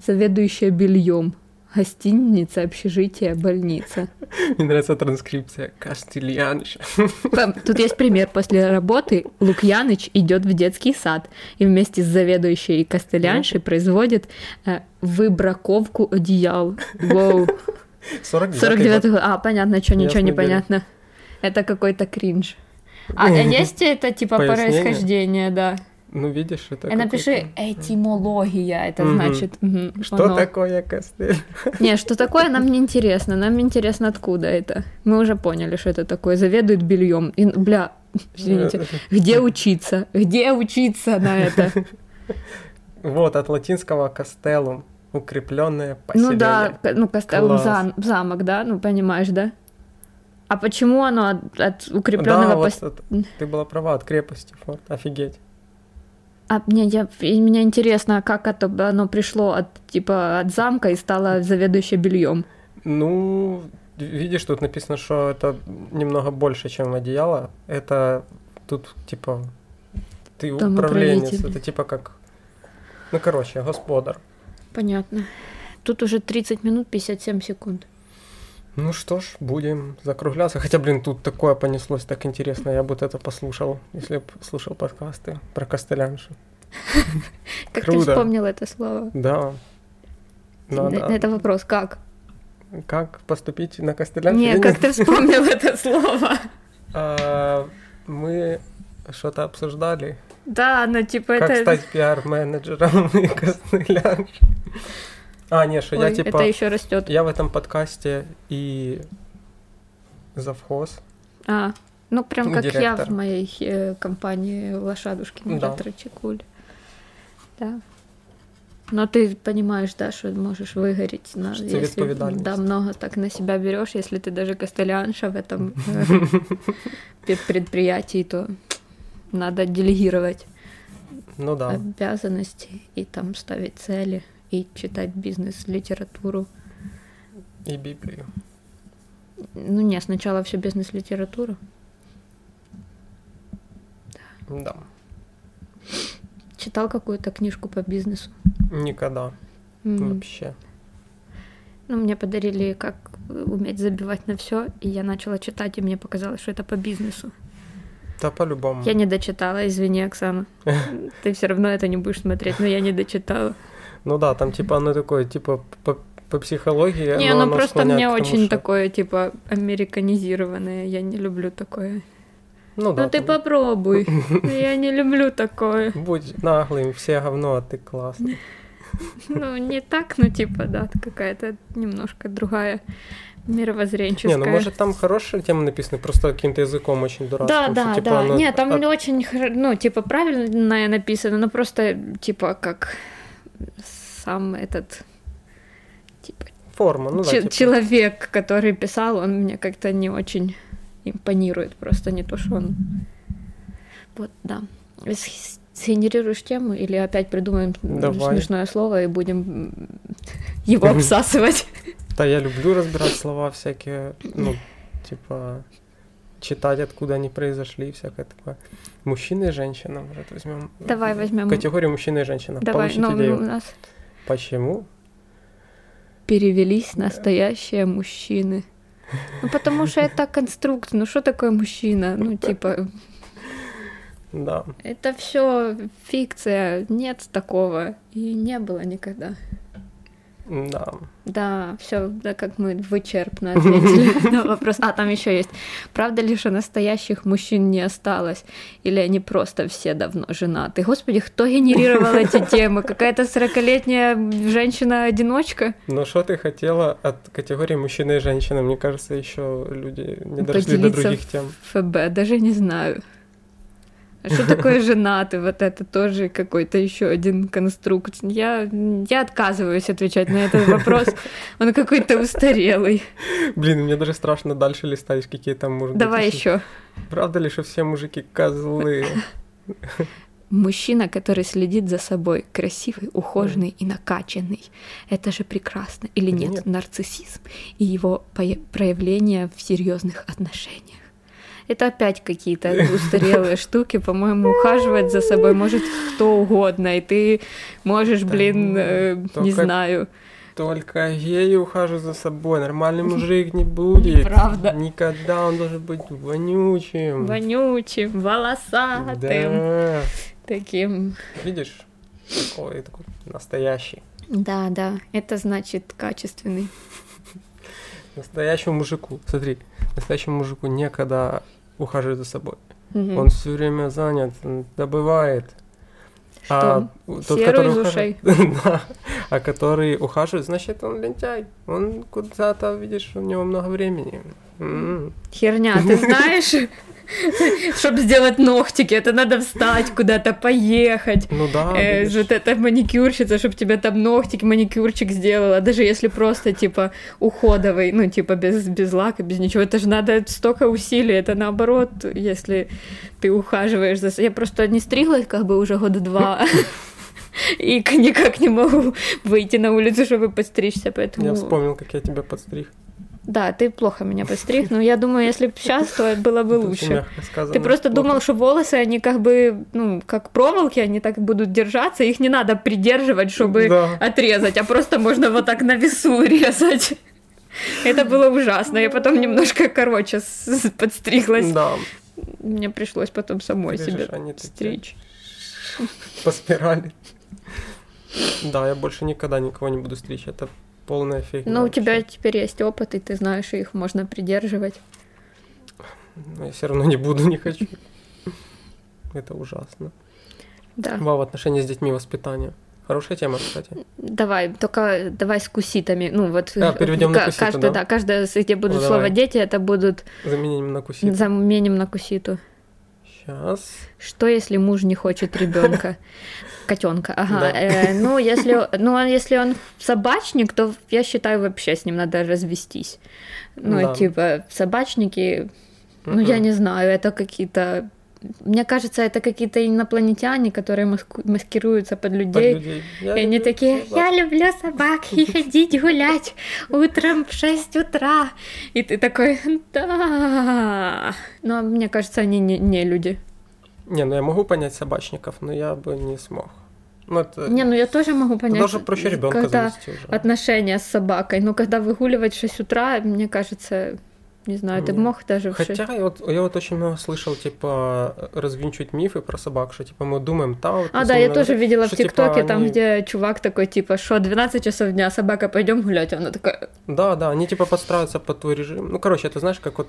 S2: Заведующая бельем. Гостиница, общежитие, больница.
S1: Мне нравится транскрипция. Костельянша.
S2: Пам, Тут есть пример. После работы Лукьяныч идет в детский сад и вместе с заведующей и костыляншей производит э, выбраковку одеял. Воу.
S1: 49
S2: 49 год. А, понятно, что ничего
S1: Ясно
S2: не
S1: дело. Ну,
S2: понятно. Это какой-то кринж. А а есть это типа
S1: Пояснение?
S2: происхождение, да.
S1: Ну, видишь, это
S2: Э, Напиши этимология, это
S1: Мгм.
S2: значит. мгм,
S1: какой-то- Что
S2: оно.
S1: такое костыль?
S2: Не, что такое, нам не интересно. Нам интересно, откуда это. Мы уже поняли, что это такое. Заведует бельем. И, бля,
S1: Э,
S2: извините. Где учиться? Где учиться на это?
S1: Вот, от латинского костелум. Укрепленное поселение.
S2: Ну да, к- ну Костелум
S1: Класс.
S2: зам- замок, да, ну понимаешь, да? А почему оно от, от укрепленного
S1: Да, вот
S2: пос-
S1: это- ты была права, от крепости форт. Офигеть.
S2: А мне, я, и мне интересно, как это б- оно пришло от типа от замка и стало заведующей бельем.
S1: Ну, видишь, тут написано, что это немного больше, чем одеяло. Это тут типа ты
S2: Там
S1: управленец,
S2: управитель.
S1: это типа как. Ну, короче, господар.
S2: Понятно. Тут уже 30 минут 57 секунд.
S1: Ну что ж, будем закругляться. Хотя, блин, тут такое понеслось так интересно. Я бы вот это послушал, если бы слушал подкасты про Костеляншу.
S2: Как ты
S1: Круто. Ну,
S2: вспомнил это слово?
S1: Да. Надо.
S2: Это вопрос, как?
S1: Как поступить на Костылянке?
S2: Не,
S1: или
S2: как ты вспомнил это слово?
S1: А, мы что-то обсуждали.
S2: Да, ну типа
S1: Как
S2: это...
S1: стать пиар-менеджером и костылянки. А, не, что я
S2: Ой,
S1: типа...
S2: это еще растет.
S1: Я в этом подкасте и завхоз.
S2: А, ну прям как я
S1: Директор.
S2: в моей э, компании в Лошадушкине,
S1: Да.
S2: да. Да. Но ты понимаешь, да, что можешь выгореть. На,
S1: Что это
S2: если,
S1: відповідальність.
S2: да, много так на себя берешь, если ты даже костылянша в этом э, пе- предприятии, то надо делегировать
S1: Ну да.
S2: обязанности и там ставить цели и читать бизнес-литературу.
S1: И Библию.
S2: Ну не, сначала все бизнес-литературу.
S1: Да.
S2: Читал какую-то книжку по бизнесу.
S1: Никогда.
S2: М.
S1: Вообще.
S2: Ну, мне подарили, как уметь забивать на все, и я начала читать, и мне показалось, что это по бизнесу.
S1: Да по-любому.
S2: Я не дочитала, извини, Оксана. Ты все равно это не будешь смотреть, но я не дочитала.
S1: Ну да, там типа оно такое, типа по, по психологии.
S2: Не,
S1: но
S2: ну
S1: оно
S2: просто
S1: склоняет
S2: мне
S1: к тому,
S2: очень
S1: что-
S2: такое, типа, американизированное. Я не люблю такое.
S1: Ну да.
S2: Ну ты
S1: там
S2: попробуй. Я не люблю такое.
S1: Будь наглым, все говно, а ты классный.
S2: Ну, не так, ну типа, да, какая-то немножко другая мировоззренческая.
S1: Не, ну может там хорошая тема написана, просто каким-то языком очень
S2: Да,
S1: дурацким.
S2: да,
S1: что, типа,
S2: да.
S1: оно
S2: Нет, там
S1: от-
S2: очень, хор- ну, типа, правильно написано, но просто, типа, как сам этот типа,
S1: форма, ну да,
S2: че-
S1: типа.
S2: человек, который писал, он мне как-то не очень импонирует, просто не то, что он... Вот, да. С- Сгенерируешь тему или опять придумаем м,
S1: Давай.
S2: смешное слово и будем м, его обсасывать?
S1: Да, я люблю разбирать слова всякие, ну, типа, читать, откуда они произошли и всякое такое. Мужчина и женщина, может, возьмем.
S2: Давай возьмем.
S1: Категорию мужчина и женщина.
S2: Давай,
S1: Получить
S2: ну,
S1: идею.
S2: у нас
S1: Почему?
S2: перевелись настоящие мужчины. Ну, потому что это конструкт. Ну, что такое мужчина? Ну, типа,
S1: Да.
S2: это все фикция. Нет такого. И не было никогда.
S1: Да.
S2: Да, все, да, как мы вычерпно ответили на вопрос. А, там еще есть. Правда ли, что настоящих мужчин не осталось? Или они просто все давно женаты? Господи, кто генерировал эти темы? Какая-то 40-летняя женщина-одиночка?
S1: Но что ты хотела от категории мужчина и женщина? Мне кажется, еще люди не дошли до
S2: Поделиться.
S1: других тем.
S2: ФБ, даже не знаю. А Что такое женатый? Вот это тоже какой-то еще один конструкт. Я, я отказываюсь отвечать на этот вопрос. Он какой-то устарелый.
S1: Блин, мне даже страшно дальше листать, какие там может быть
S2: Давай
S1: еще.
S2: еще.
S1: Правда ли, что все мужики козлы?
S2: Мужчина, который следит за собой, красивый, ухоженный и накачанный. Это же прекрасно. Или
S1: Или
S2: нет,
S1: нет?
S2: нарциссизм и его поя- проявление в серьезных отношениях. Это опять какие-то устарелые штуки. По-моему, ухаживать за собой может кто угодно. И ты можешь,
S1: Да
S2: блин,
S1: ну,
S2: э, не
S1: только-
S2: знаю.
S1: Только геи ухаживают за собой, нормальный мужик не будет.
S2: Правда.
S1: Никогда он должен быть вонючим.
S2: Вонючим, волосатым,
S1: Да.
S2: таким.
S1: Видишь? Такой, такой настоящий.
S2: Да, да. Это значит качественный.
S1: Настоящему мужику. Смотри, настоящему мужику некогда ухаживать за собой.
S2: Мгм.
S1: Он все время занят, м, добывает. А
S2: Что?
S1: тот,
S2: Серую из
S1: ухаживает- Да. А который ухаживает, значит, он лентяй. Он куда-то, видишь, у него много времени. М.
S2: Херня, ты знаешь? Чтобы сделать ногтики, это надо встать куда-то, поехать.
S1: Ну да.
S2: Э,
S1: видишь.
S2: вот эта маникюрщица, чтобы тебе там ногтики, маникюрчик сделала, даже если просто, типа, уходовый, ну, типа, без, без лака, без ничего, это же надо столько усилий, это наоборот, если ты ухаживаешь за... с- Я просто не стриглась, как бы, уже года два, и к- никак не могу выйти на улицу, чтобы подстричься, поэтому...
S1: Я вспомнил, как я тебя подстриг.
S2: Да, ты плохо меня подстриг, но я думаю, если бы сейчас, то было бы
S1: Это очень
S2: лучше.
S1: мягко сказано.
S2: Ты просто
S1: Плохо.
S2: думал, что волосы, они как бы, ну, как проволоки, они так будут держаться, их не надо придерживать, чтобы
S1: Да.
S2: отрезать, а просто можно вот так на весу резать. Это было ужасно. Я потом немножко короче с- с- подстриглась.
S1: Да.
S2: Мне пришлось потом самой
S1: Ты
S2: себе
S1: режешь, они такие
S2: стричь.
S1: По спирали. Да, я больше никогда никого не буду стричь, это полная фигня.
S2: Но у
S1: вообще.
S2: тебя теперь есть опыт, и ты знаешь, их можно придерживать.
S1: Но я все равно не буду, не хочу. Это ужасно.
S2: Да.
S1: Вау, отношения с детьми, воспитание. Хорошая тема, кстати.
S2: Давай, только давай с куситами. Ну, вот
S1: А, переведём на
S2: ка-
S1: куситу, да?
S2: каждое, да, каждое, с- где будут
S1: Ну,
S2: слово
S1: давай.
S2: дети, это будут
S1: Заменим на кусит.
S2: заменим на куситу.
S1: Сейчас.
S2: Что если муж не хочет ребенка? Котенка, ага.
S1: Да.
S2: Э, ну, если, ну, а если он собачник, то я считаю, вообще с ним надо развестись. Ну,
S1: Да.
S2: типа, собачники, ну, я не знаю, это какие-то. Мне кажется, это какие-то инопланетяне, которые маску- маскируются под людей.
S1: Я
S2: И они
S1: люблю
S2: такие,
S1: собак.
S2: я люблю собак и ходить гулять утром в 6 утра. И ты такой, да. Но мне кажется, они не, не люди.
S1: Не, ну я могу понять собачников, но я бы не смог. Ну, это...
S2: Не, ну я тоже могу понять. э,
S1: Даже проще ребенка
S2: когда
S1: завести уже.
S2: отношения с собакой. Но когда выгуливать в 6 утра, мне кажется, не знаю, ты
S1: Не.
S2: б мог даже в 6.
S1: Ну, Хотя я вот, я вот очень много слышал, типа, развенчуть мифы про собак, что, типа, мы думаем, та вот...
S2: А, да, я
S1: особенно-
S2: тоже видела в
S1: что, типа,
S2: ТикТоке, там,
S1: они-
S2: где чувак такой, типа, что, 12 часов дня, собака, пойдем гулять. А Она такая,
S1: Да, да, они, типа, подстраиваются под твой режим. Ну, короче, это, знаешь, как вот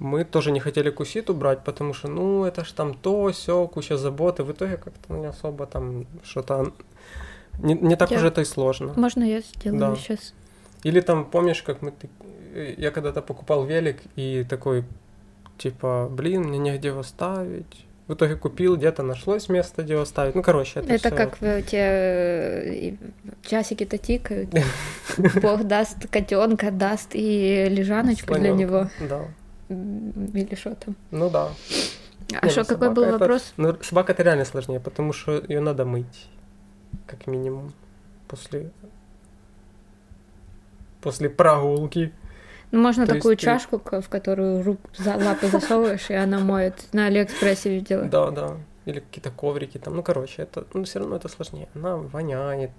S1: мы тоже не хотели куситу брать, потому что, ну, это ж там то, все, куча заботы. В итоге как-то не особо там что-то... Не, не так
S2: Я-
S1: уже это и сложно.
S2: можно я сделаю
S1: Да.
S2: сейчас?
S1: Или там, помнишь, как мы... ты- э, Я когда-то покупал велик и такой, типа, блин, мне негде его ставить. В итоге купил, где-то нашлось место, где его ставить. Ну, короче, это,
S2: Это,
S1: всё
S2: как в те э, и часики-то тикают. Бог даст котенка, даст и лежаночку для
S1: слонёнка.
S2: него.
S1: Да.
S2: М, Или что там.
S1: Ну да.
S2: А что, какой был вопрос?
S1: Ну, собака это реально сложнее, потому что ее надо мыть, как минимум, после после прогулки.
S2: Ну, можно
S1: то
S2: такую
S1: есть ты-
S2: чашку, к- в которую руку за лапы засовываешь, и она моет. На Алиэкспрессе видела.
S1: Да, да. Или какие-то коврики там. Ну, короче, это, ну, все равно это сложнее. Она воняет.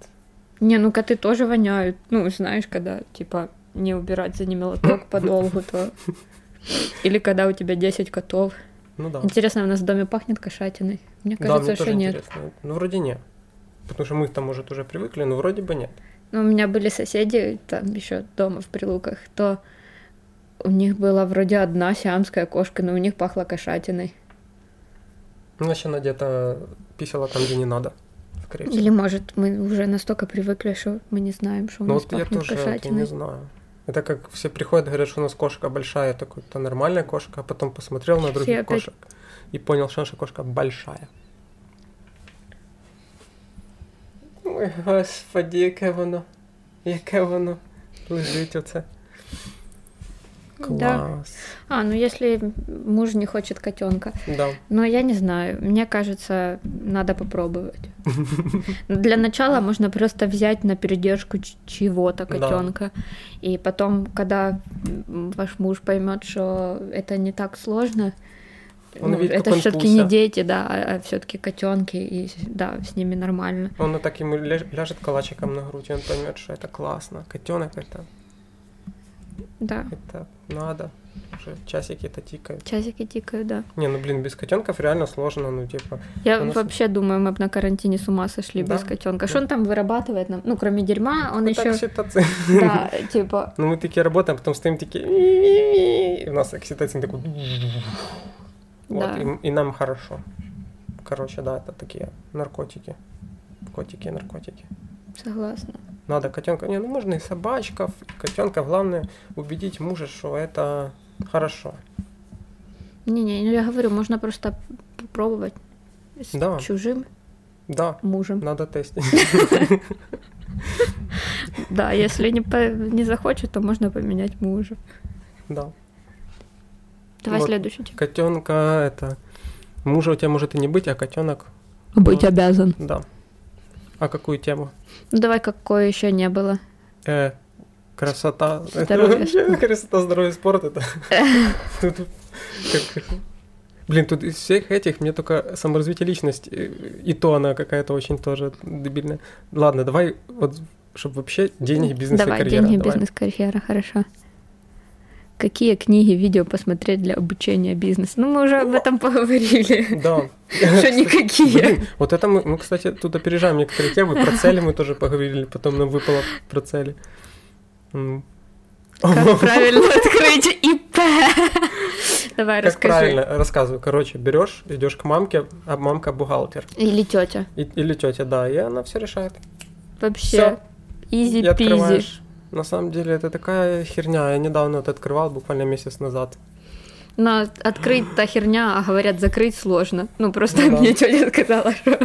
S2: Не, ну коты тоже воняют. Ну, знаешь, когда, типа, не убирать за ними лоток подолгу, то... Или когда у тебя 10 котов.
S1: Ну да.
S2: Интересно, у нас в доме пахнет кошатиной? Мне
S1: да,
S2: кажется,
S1: мне
S2: что
S1: тоже
S2: нет.
S1: интересно. Ну, вроде нет. Потому что мы там, может, уже привыкли, но вроде бы нет.
S2: Ну, у меня были соседи там еще дома в Прилуках, то у них была вроде одна сиамская кошка, но у них пахло кошатиной.
S1: Ну, еще она где-то писала там, где не надо. Скорее всего.
S2: Или, может, мы уже настолько привыкли, что мы не знаем, что у
S1: Ну
S2: нас
S1: вот я
S2: пахнет
S1: тоже вот, я
S2: кошатиной.
S1: не знаю. Это как все приходят, говорят, что у нас кошка большая, я такой, это нормальная кошка, а потом посмотрел на других
S2: опять-
S1: кошек и понял, что наша кошка большая. Ой, господи, яке воно, яке воно, лежить оце.
S2: Да.
S1: Класс.
S2: А, ну если муж не хочет котенка.
S1: Да.
S2: Но я не знаю, мне кажется, надо попробовать. Ну, Для начала можно просто взять на передержку ч- чего-то
S1: Да.
S2: котенка. И потом, когда м, ваш муж поймет, что это не так сложно,
S1: Он
S2: ну,
S1: видит, как
S2: это
S1: он
S2: все-таки не
S1: пуся.
S2: дети, да, а все-таки котенки, и с- да, с ними нормально.
S1: Он так ему ляж- ляжет калачиком на грудь, и он поймет, что это классно. Котенок это,
S2: Да.
S1: это надо. Уже часики это тикают.
S2: Часики тикают, да.
S1: Не, ну блин, без котенков реально сложно, ну типа.
S2: Я
S1: У нас-
S2: вообще думаю, мы бы на карантине с ума сошли
S1: Да?
S2: без котенка. Что
S1: Да.
S2: он там вырабатывает нам? Ну, кроме дерьма, он
S1: Ну, так
S2: еще.
S1: окситоцин.
S2: Да, типа,
S1: Ну мы такие работаем, потом стоим такие. «Ми-ми-ми». И у нас окситоцин такой. Вот,
S2: Да.
S1: и, и нам хорошо. Короче, да, это такие наркотики. Котики, наркотики.
S2: согласна.
S1: Надо котенка. Не, ну можно и собачков, и котенка. Главное убедить мужа, что это хорошо.
S2: Не-не, ну я говорю, можно просто попробовать с
S1: Да.
S2: чужим
S1: Да,
S2: мужем.
S1: надо тестить.
S2: Да, если не, по- не захочет, то можно поменять мужа.
S1: Да.
S2: Давай
S1: Вот.
S2: следующий.
S1: Котенка это. Мужа у тебя может и не быть, а котенок,
S2: Быть
S1: Вот.
S2: обязан.
S1: да. А какую тему?
S2: Ну давай, какое еще не было.
S1: Э, красота.
S2: Здоровье,
S1: Вообще, красота, здоровье, спорт это. Тут как- Блин, тут из всех этих мне только саморазвитие личности, э, и то она какая-то очень тоже дебильная. Ладно, давай вот, чтобы вообще деньги, бизнес и
S2: Ну, давай,
S1: карьера.
S2: деньги,
S1: давай.
S2: бизнес, карьера, хорошо. Какие книги, видео посмотреть для обучения бизнеса? Ну, мы уже об этом поговорили,
S1: Да.
S2: что никакие.
S1: Блин, вот это мы, мы, кстати, тут опережаем некоторые темы. Про цели мы тоже поговорили, потом нам выпало про цели. М. а
S2: Как правильно открыть ИП? Давай,
S1: Как
S2: расскажи.
S1: правильно? Рассказываю. Короче, берешь, идешь к мамке, а мамка бухгалтер.
S2: Или тетя.
S1: И- или тетя, да, и она все решает.
S2: Вообще,
S1: И
S2: изи-пизи.
S1: открываешь. На самом деле это такая херня. Я недавно это открывал, буквально месяц назад.
S2: Но открыть та херня, а говорят, закрыть сложно. Ну, просто
S1: Ну да.
S2: мне тетя сказала, что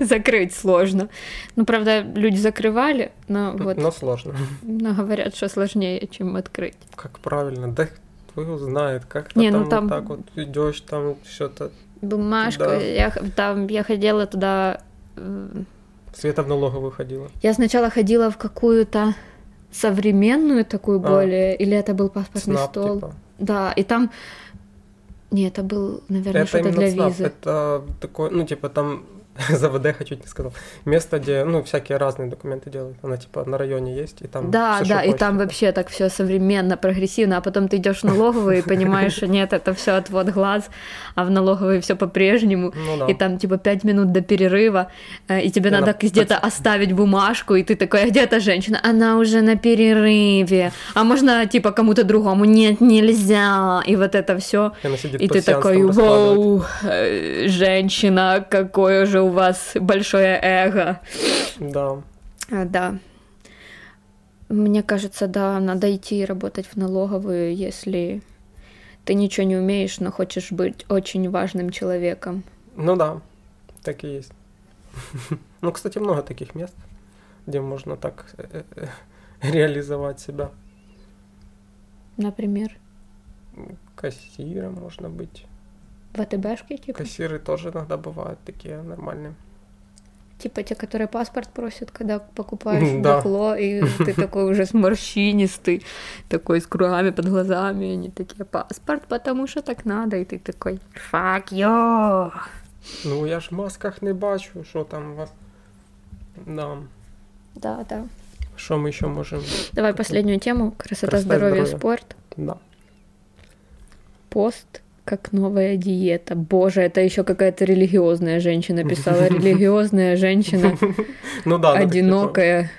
S2: закрыть сложно. Ну, правда, люди закрывали, но вот
S1: Но сложно.
S2: но говорят, что сложнее, чем открыть.
S1: Как правильно? Да кто его знает, как-то
S2: Не,
S1: там,
S2: ну
S1: вот
S2: там-
S1: так вот идешь, там что-то.
S2: Бумажка,
S1: Да.
S2: я, х- там, я ходила туда... э,
S1: Света в налоговую ходила.
S2: Я сначала ходила в какую-то современную такую
S1: А.
S2: более, или это был паспортный
S1: ЦНАП,
S2: стол.
S1: типа.
S2: Да, и там... Не, это был, наверное,
S1: Это
S2: что-то
S1: именно
S2: для
S1: ЦНАП,
S2: визы.
S1: это такое, ну, типа там ЗВД, хочу не сказал. Место, где, ну, всякие разные документы делают. Она, типа, на районе есть, и там
S2: Да,
S1: всё, что
S2: да, и
S1: хочешь,
S2: там
S1: типа.
S2: вообще так все современно, прогрессивно, а потом ты идешь в налоговую и понимаешь, что нет, это все отвод глаз, а в налоговой все по-прежнему.
S1: Ну, да.
S2: И там типа пять минут до перерыва, э, и тебе
S1: И
S2: надо
S1: она
S2: где-то оставить бумажку, и ты такой, а где эта женщина? Она уже на перерыве. А можно типа кому-то другому? Нет, нельзя. И вот это все.
S1: И она сидит
S2: И ты
S1: пассианс там
S2: такой,
S1: раскладывает.
S2: вау, э, женщина, какое же у вас большое эго.
S1: Да.
S2: А, Да. Мне кажется, да, надо идти работать в налоговую, если ты ничего не умеешь, но хочешь быть очень важным человеком.
S1: Ну да, так и есть. Ну, кстати, много таких мест, где можно так э, э, реализовать себя.
S2: Например,
S1: Кассиром можно быть.
S2: ВТБшки, типа,
S1: Кассиры тоже иногда бывают такие нормальные.
S2: типа те, которые паспорт просят, когда покупаешь
S1: Да.
S2: бакло, и ты такой уже морщинистый, такой с кругами под глазами, и они такие, паспорт, потому что так надо, и ты такой, fuck you.
S1: Ну, я ж в масках не бачу, що там у вас. Да.
S2: Да, да.
S1: Що ми ще можемо?
S2: Давай последнюю тему. Красота,
S1: Красота,
S2: здоровье,
S1: здоровье.
S2: спорт.
S1: Да.
S2: Пост как новая диета. Боже, это еще какая-то религиозная женщина писала. Религиозная женщина,
S1: Ну да, ну, так, типа,
S2: одинокая.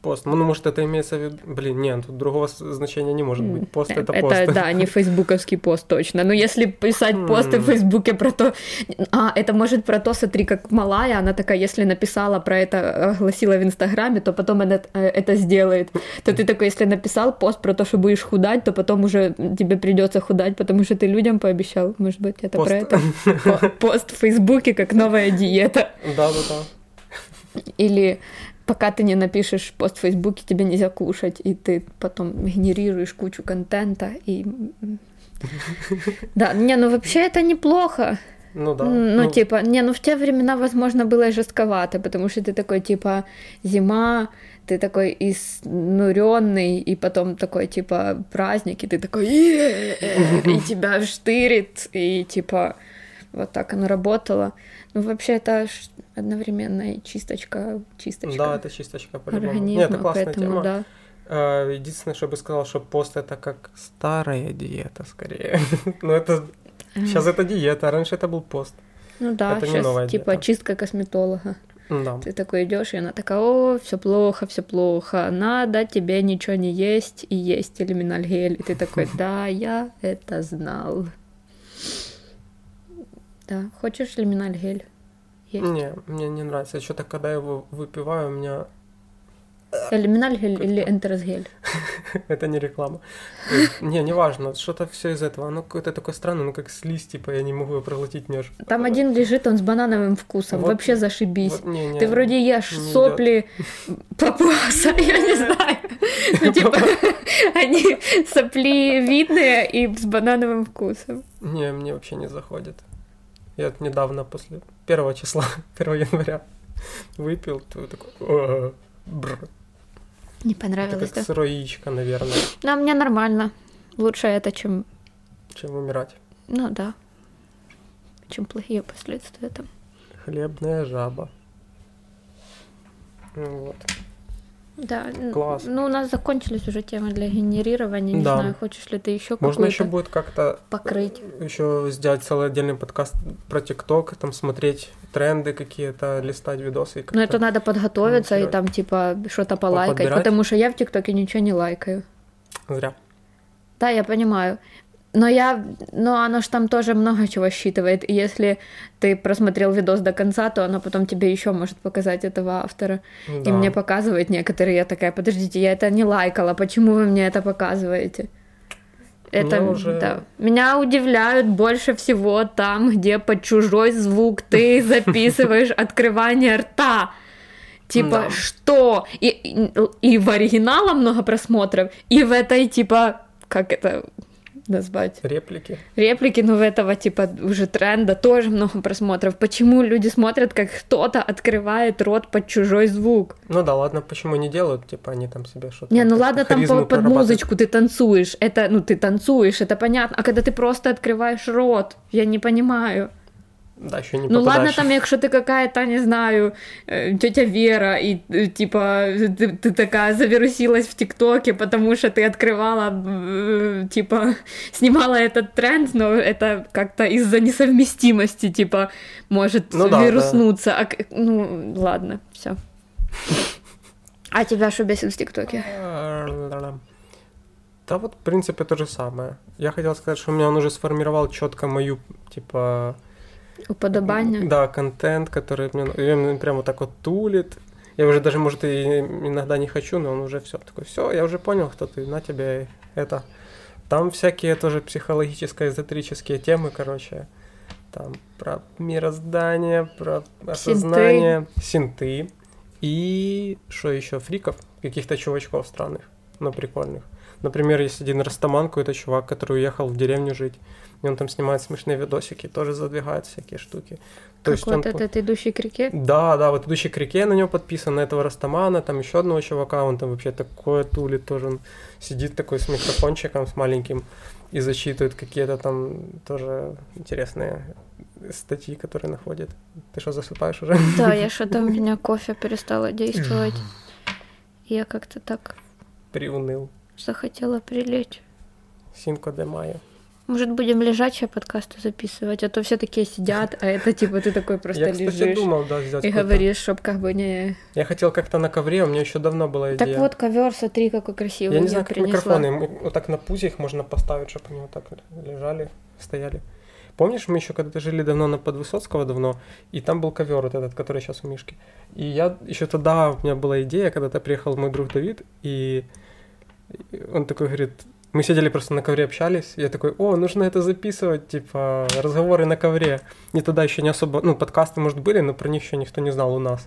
S1: пост. Ну, может, это имеется в виду. Блин, нет, тут другого с- значения не может быть. Пост это,
S2: э, это,
S1: пост.
S2: да, не фейсбуковский пост точно. Но если писать посты в
S1: М.
S2: фейсбуке про то... А, это может про то, смотри, как малая, она такая, если написала про это, огласила в инстаграме, то потом она э, это сделает. То ты такой, если написал пост про то, что будешь худать, то потом уже тебе придется худать, потому что ты людям пообещал. Может быть, это
S1: Пост.
S2: про это? По- Пост в фейсбуке как новая диета.
S1: Да, да, да.
S2: Или пока ты не напишешь пост в Фейсбуке, тебе нельзя кушать, и ты потом генерируешь кучу контента. И... м. Да, не, ну вообще это неплохо.
S1: Ну да.
S2: М, Ну, типа, не, ну в те времена, возможно, было и жестковато, потому что ты такой, типа, зима, ты такой изнуренный, и потом такой, типа, праздник, и ты такой, «Е-е-е», и тебя штырит, и, типа, вот так оно работало. Ну, вообще, это ж одновременно и чисточка, чисточка
S1: Да, это чисточка по-любому.
S2: организма,
S1: Нет, это классная
S2: поэтому,
S1: тема.
S2: да.
S1: Э, Единственное, что я бы сказал, что пост это как старая диета скорее. Ну это сейчас это диета, а раньше это был пост.
S2: Ну да,
S1: это не
S2: сейчас,
S1: новая
S2: типа,
S1: диета.
S2: чистка косметолога.
S1: Да.
S2: Ты такой идешь, и она такая, о, все плохо, все плохо, надо тебе ничего не есть и есть элиминаль гель. И ты такой, да, я это знал. Да, хочешь элиминаль гель? Есть.
S1: Не, мне не нравится. Еще так, когда я его выпиваю, у меня
S2: Элиминаль гель
S1: Как-то.
S2: или энтерс гель?
S1: это не реклама. Не, не важно, что-то все из этого. Оно какое-то такое странное, ну как слизь, типа я не могу ее проглотить, мне аж-
S2: Там один лежит, он с банановым вкусом,
S1: Вот.
S2: вообще зашибись.
S1: Вот, не, не.
S2: Ты вроде ешь
S1: не
S2: сопли папуаса, я не знаю. Ну, типа, они сопли видные и с банановым вкусом.
S1: Не, мне вообще не заходит. Я вот недавно после первого числа, 1 января, выпил, то такой... «Э, бр».
S2: Не
S1: Это
S2: понравилось,
S1: как
S2: да?
S1: сырое яичко, наверное,
S2: Да, мне нормально. Лучше это, чем...
S1: чем умирать.
S2: Ну да. Чем плохие последствия там.
S1: Хлебная жаба. Ну Вот.
S2: Да. н-
S1: Класс.
S2: Ну, у нас закончились уже темы для генерирования. Не
S1: Да.
S2: знаю, хочешь ли ты еще
S1: Можно Э,
S2: какую-то
S1: еще будет как-то
S2: покрыть.
S1: еще сделать целый отдельный подкаст про ТикТок, там смотреть тренды какие-то, листать видосы. и как-то-
S2: Ну, это надо подготовиться и
S1: Комментировать.
S2: там, типа, что-то полайкать,
S1: Подбирать?
S2: потому что я в ТикТоке ничего не лайкаю.
S1: Зря.
S2: Да, я понимаю. Но я, но оно ж там тоже много чего считывает. И если ты просмотрел видос до конца, то оно потом тебе еще может показать этого автора.
S1: Да.
S2: И мне показывают некоторые. Я такая, подождите, я это не лайкала, почему вы мне это показываете? Это
S1: Ну, уже-
S2: да. Меня удивляют больше всего там, где под чужой звук ты записываешь открывание рта. Типа,
S1: Да.
S2: что? И, и, и в оригинала много просмотров, и в этой, типа, как это назвать?
S1: Реплики.
S2: Реплики, ну, в этого, типа, уже тренда тоже много просмотров. Почему люди смотрят, как кто-то открывает рот под чужой звук?
S1: Ну да, ладно, почему не делают, типа они там себе что-то.
S2: Не, ну
S1: как-то
S2: ладно, там
S1: харизму
S2: по- под
S1: прорабатывают.
S2: музычку ты танцуешь, это, ну, ты танцуешь, это понятно, а когда ты просто открываешь рот, я не понимаю.
S1: Да, еще не
S2: Ну ладно,
S1: попадаешь.
S2: там, якщо ти какая-то, не знаю, э, тетя Вера, и, э, типа, ты, ты такая завирусилась в ТикТоке, потому что ты открывала, э, типа, снимала этот тренд, но это как-то из-за несовместимости, типа, может
S1: Ну да,
S2: вируснуться. А к- ну, ладно, все. А тебя что бесит в ТикТоке?
S1: Ла-ла-ла. Да вот, в принципе, то же самое. Я хотел сказать, что у меня он уже сформировал четко мою, типа...
S2: Уподобання?
S1: Да, контент, который мне, и он меня прям вот так вот тулит. Я уже даже, может, и иногда не хочу, но он уже все такой, все, я уже понял, кто ты, на тебе это. Там всякие тоже психологические, эзотерические темы, короче. Там про мироздание, про осознание, синты. И что еще, фриков, каких-то чувачков странных, но прикольных. Например, есть один Растаман, какой-то чувак, который уехал в деревню жить. И он там снимает смешные видосики, тоже задвигает всякие штуки. То
S2: Как вот
S1: он по-
S2: этот идущий к реке?
S1: да, да, вот идущий к реке на него подписан, на этого Растамана, там еще одного чувака, он там вообще такое тулит тоже, он сидит такой с микрофончиком, с маленьким, и зачитывает какие-то там тоже интересные статьи, которые находит. Ты что, засыпаешь уже?
S2: Да, я что-то у меня кофе перестало действовать. Я как-то так
S1: Приуныл.
S2: захотела прилечь.
S1: Синко де Майо.
S2: Может, будем лежачие подкасты записывать, а то все такие сидят, а это типа ты такой просто
S1: Я, кстати,
S2: лежишь
S1: думал, типа, да, сделать
S2: и
S1: какой-то-
S2: говоришь, чтоб как бы не...
S1: Я хотел как-то на ковре, у меня еще давно была идея.
S2: Так вот, ковер, смотри, какой красивый
S1: Я не знаю, как
S2: принесла.
S1: микрофоны. мы Вот так на пузе их можно поставить, чтобы они вот так лежали, стояли. Помнишь, мы еще когда-то жили давно на Подвысоцкого давно, и там был ковер вот этот, который сейчас у Мишки. И я еще тогда, у меня была идея, когда-то приехал мой друг Давид, и и он такой говорит, мы сидели просто на ковре общались, я такой, о, нужно это записывать, типа, разговоры на ковре. И тогда еще не особо, ну, подкасты, может, были, но про них еще никто не знал у нас.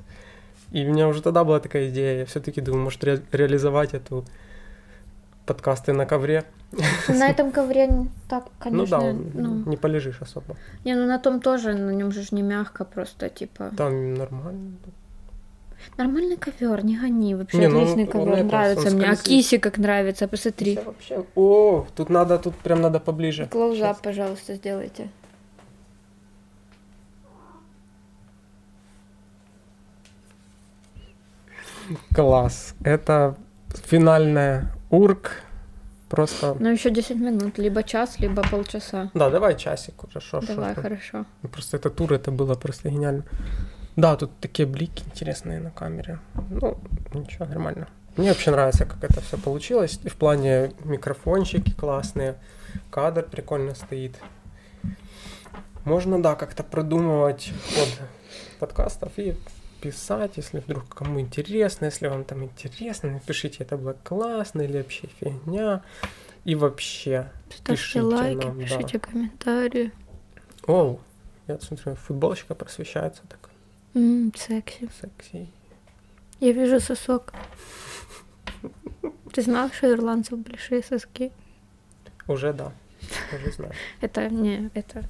S1: И у меня уже тогда была такая идея, я все-таки думаю, может, ре- реализовать эту подкасты на ковре.
S2: На этом ковре не так,
S1: ну да,
S2: конечно.
S1: он-
S2: ну.
S1: не полежишь особо.
S2: Не, ну на том тоже, на нем же ж не мягко, просто типа.
S1: Там нормально.
S2: Нормальный ковер, не гони. Вообще
S1: Не, ну,
S2: отличный
S1: он
S2: ковер.
S1: это,
S2: Нравится
S1: он
S2: мне. А
S1: скользит.
S2: киси как нравится, посмотри.
S1: Всё Вообще... О, тут надо, тут прям надо поближе.
S2: Клоузап,
S1: Щас.
S2: пожалуйста, сделайте.
S1: Класс. Это финальная урк. Просто...
S2: Ну, еще 10 минут, либо час, либо полчаса.
S1: Да, давай часик уже, шо, шо
S2: Давай,
S1: там.
S2: хорошо.
S1: Ну, Просто этот тур, это было просто гениально. Да, тут такие блики интересные на камере. Ну, ничего, нормально. Мне вообще нравится, как это все получилось. И в плане микрофончики классные, кадр прикольно стоит. Можно, да, как-то продумывать ход подкастов и писать, если вдруг кому интересно, если вам там интересно, напишите, это было классно или вообще фигня. И вообще,
S2: Ставьте
S1: Пишите
S2: лайки,
S1: нам, да.
S2: пишите комментарии.
S1: Оу, я тут смотрю, футболочка просвещается так
S2: М, секси.
S1: секси.
S2: Я вижу сосок. Ты знал, что у ирландцев большие соски?
S1: Уже да, уже знаю.
S2: Это не, это...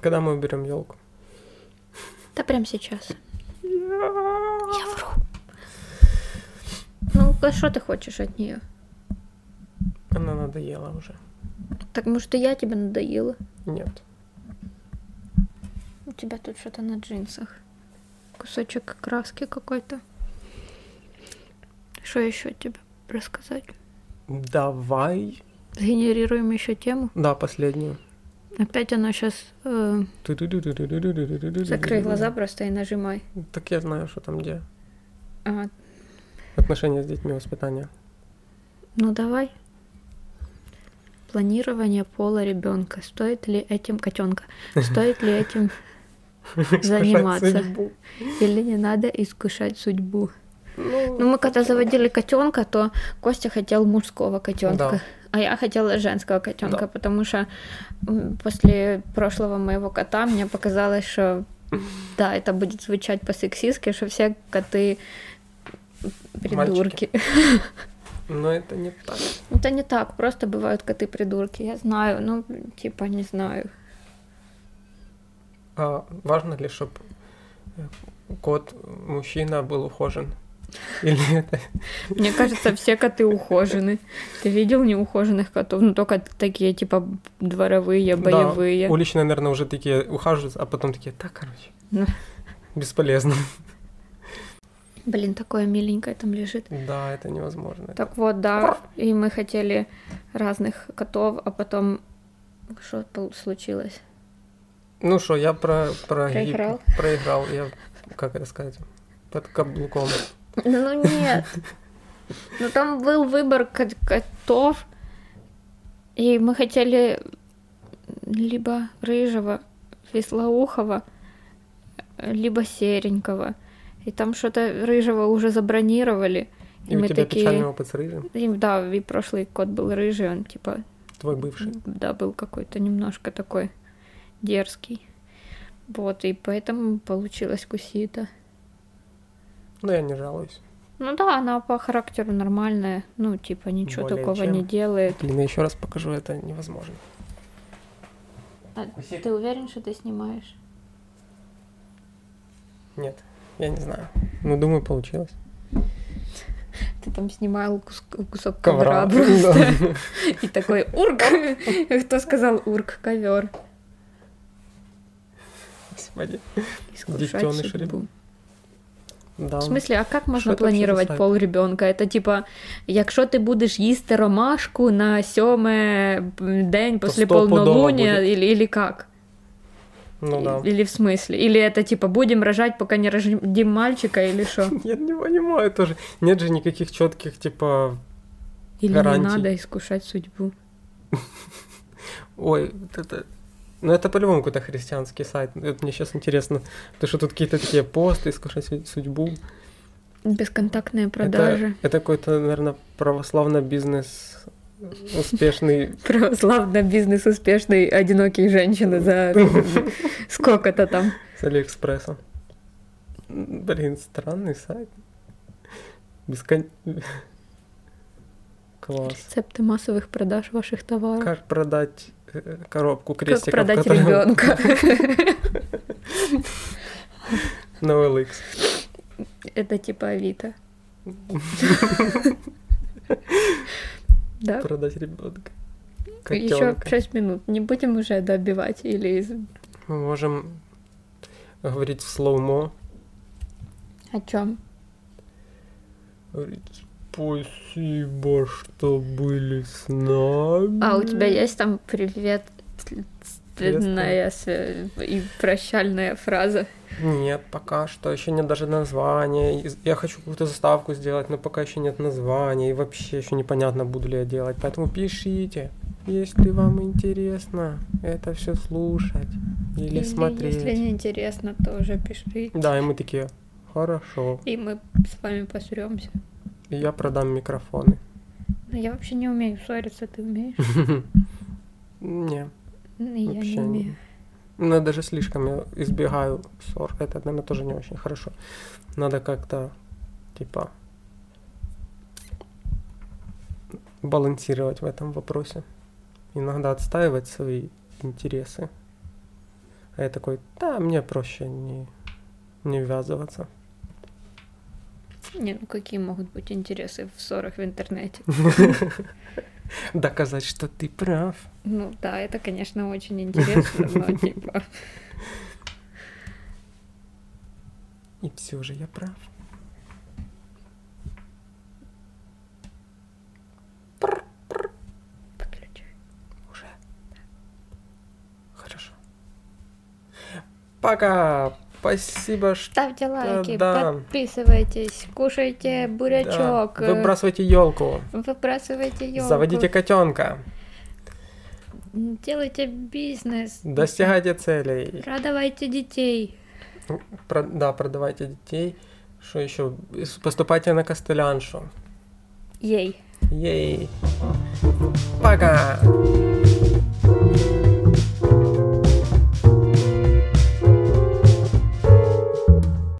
S1: Когда мы уберем елку?
S2: Да прям сейчас. Я вру. Ну, а что ты хочешь от нее?
S1: Она надоела уже.
S2: Так, может, и я тебе надоела?
S1: Нет.
S2: У тебя тут что-то на джинсах. кусочек краски какой-то. Что еще тебе рассказать?
S1: Давай.
S2: Сгенерируем еще тему.
S1: Да, последнюю.
S2: Опять она сейчас закрой глаза просто и нажимай.
S1: Так я знаю, что там где.
S2: А,
S1: Отношения с детьми, воспитание.
S2: ну давай. Планирование пола ребенка. Стоит ли этим котенка? Стоит ли этим заниматься?
S1: судьбу.
S2: Или не надо искушать судьбу?
S1: Ну,
S2: Ну, мы когда заводили котенка, то Костя хотел мужского котенка.
S1: Да.
S2: А я хотела женского котенка,
S1: Да.
S2: потому что м, после прошлого моего кота мне показалось, что да, это будет звучать по-сексистски, что все коты придурки.
S1: но это не так.
S2: Это не так, просто бывают коты придурки. Я знаю, ну, типа, не знаю.
S1: А важно ли, чтобы кот мужчина был ухожен? Или это
S2: Мне кажется, все коты ухожены. Ты видел неухоженных котов? Ну, только такие, типа, дворовые,
S1: Да,
S2: боевые.
S1: уличные, наверное, уже такие ухаживают, а потом такие, так, короче,
S2: Ну.
S1: бесполезно.
S2: Блин, такое миленькое там лежит.
S1: Да, это невозможно.
S2: Так вот, да, и мы хотели разных котов, а потом что пол- случилось?
S1: Ну что, я про, про гип-
S2: Проиграл?
S1: проиграл. Я, как это сказать, под каблуком.
S2: Да ну нет. Ну там был выбор кот- котов, и мы хотели либо рыжего, веслоухого, либо серенького. И там что-то рыжего уже забронировали.
S1: И, у тебя печальный опыт с рыжим,
S2: И да, и прошлый кот был рыжий, он типа
S1: твой бывший.
S2: Да, был какой-то немножко такой дерзкий. Вот, и поэтому получилась кусита.
S1: Но я не жалуюсь.
S2: Ну да, она по характеру нормальная, ну типа ничего
S1: Более
S2: такого
S1: чем.
S2: не делает.
S1: Блин, я еще раз покажу, это невозможно.
S2: А
S1: Спасибо.
S2: ты уверен, что ты снимаешь?
S1: Нет, я не знаю. Ну, думаю, получилось.
S2: Ты там снимал кус- кусок
S1: Ковра.
S2: ковра, просто.
S1: Да.
S2: И такой урк. Кто сказал урк? Ковер.
S1: Господи.
S2: Искушать
S1: Детёныш
S2: судьбу.
S1: ребёнок. Да,
S2: В
S1: он-
S2: смысле, а як
S1: Що
S2: можна
S1: це
S2: планувати
S1: взагалі?
S2: пол ребенка? Это типа, якщо ти будеш їсти ромашку на сьоме м, день
S1: То
S2: після
S1: стопудово
S2: полнолуния,
S1: буде.
S2: или, или как?
S1: Ну да.
S2: Или в смысле? Или это типа будем рожать, пока не рожим мальчика, или что?
S1: Я не понимаю тоже. Нет же никаких четких, типа,
S2: Или
S1: Гарантій.
S2: не надо искушать судьбу.
S1: Ой, вот это... Ну, это по-любому какой-то христианский сайт. Это мне сейчас интересно. Потому что тут какие-то такие посты, искушать судь- судьбу.
S2: Бесконтактные
S1: Это,
S2: продажи.
S1: это какой-то, наверное, православный бизнес успешный.
S2: Православно бизнес успешной одинокие женщины за сколько-то там.
S1: С Алиэкспресса. М, Блин, странный сайт. Бескон... Класс.
S2: Рецепты массовых продаж ваших товаров.
S1: Как продать э, коробку
S2: Как
S1: крестиков?
S2: продать
S1: которые-
S2: ребенка?
S1: На OLX.
S2: Это типа Авито. Да.
S1: Продать ребенка.
S2: Еще 6 минут. Не будем уже добивать или... из-
S1: Мы можем говорить в слоумо.
S2: О чем?
S1: Говорить спасибо, что были с нами.
S2: А у тебя есть там привет,
S1: Приветствую.
S2: и прощальная фраза?
S1: Нет, пока что. Еще нет даже названия. И- Я хочу какую-то заставку сделать, но пока еще нет названия. И вообще еще непонятно, буду ли я делать. Поэтому пишите, если вам интересно это все слушать или, смотреть.
S2: Если не интересно, то уже пиши.
S1: Да, и мы такие, хорошо.
S2: И мы с вами посремся.
S1: И я продам микрофоны.
S2: Но Ну, я вообще не умею ссориться, ты умеешь?
S1: Не,
S2: Ну, и Я не
S1: вообще
S2: умею.
S1: не. Ну, я даже слишком я избегаю ссор. Это, наверное, тоже не очень хорошо. Надо как-то, типа, балансировать в этом вопросе. Иногда отстаивать свои интересы. А я такой, да, мне проще не, не ввязываться.
S2: Не, ну какие могут быть интересы в ссорах в интернете?
S1: Доказать, что ты прав.
S2: Ну да, это, конечно, очень интересно, но типа...
S1: И все же я прав.
S2: Выключай.
S1: Уже. Хорошо. Пока. Спасибо, что
S2: Ставьте лайки,
S1: да.
S2: подписывайтесь, кушайте
S1: да.
S2: бурячок, э,
S1: выбрасывайте елку.
S2: выбрасывайте елку,
S1: Заводите котенка.
S2: делайте бизнес,
S1: Достигайте целей.
S2: радовайте детей.
S1: Про- да, продавайте детей. Что еще? Поступайте на костыляншу.
S2: Ей.
S1: Ей. Пока.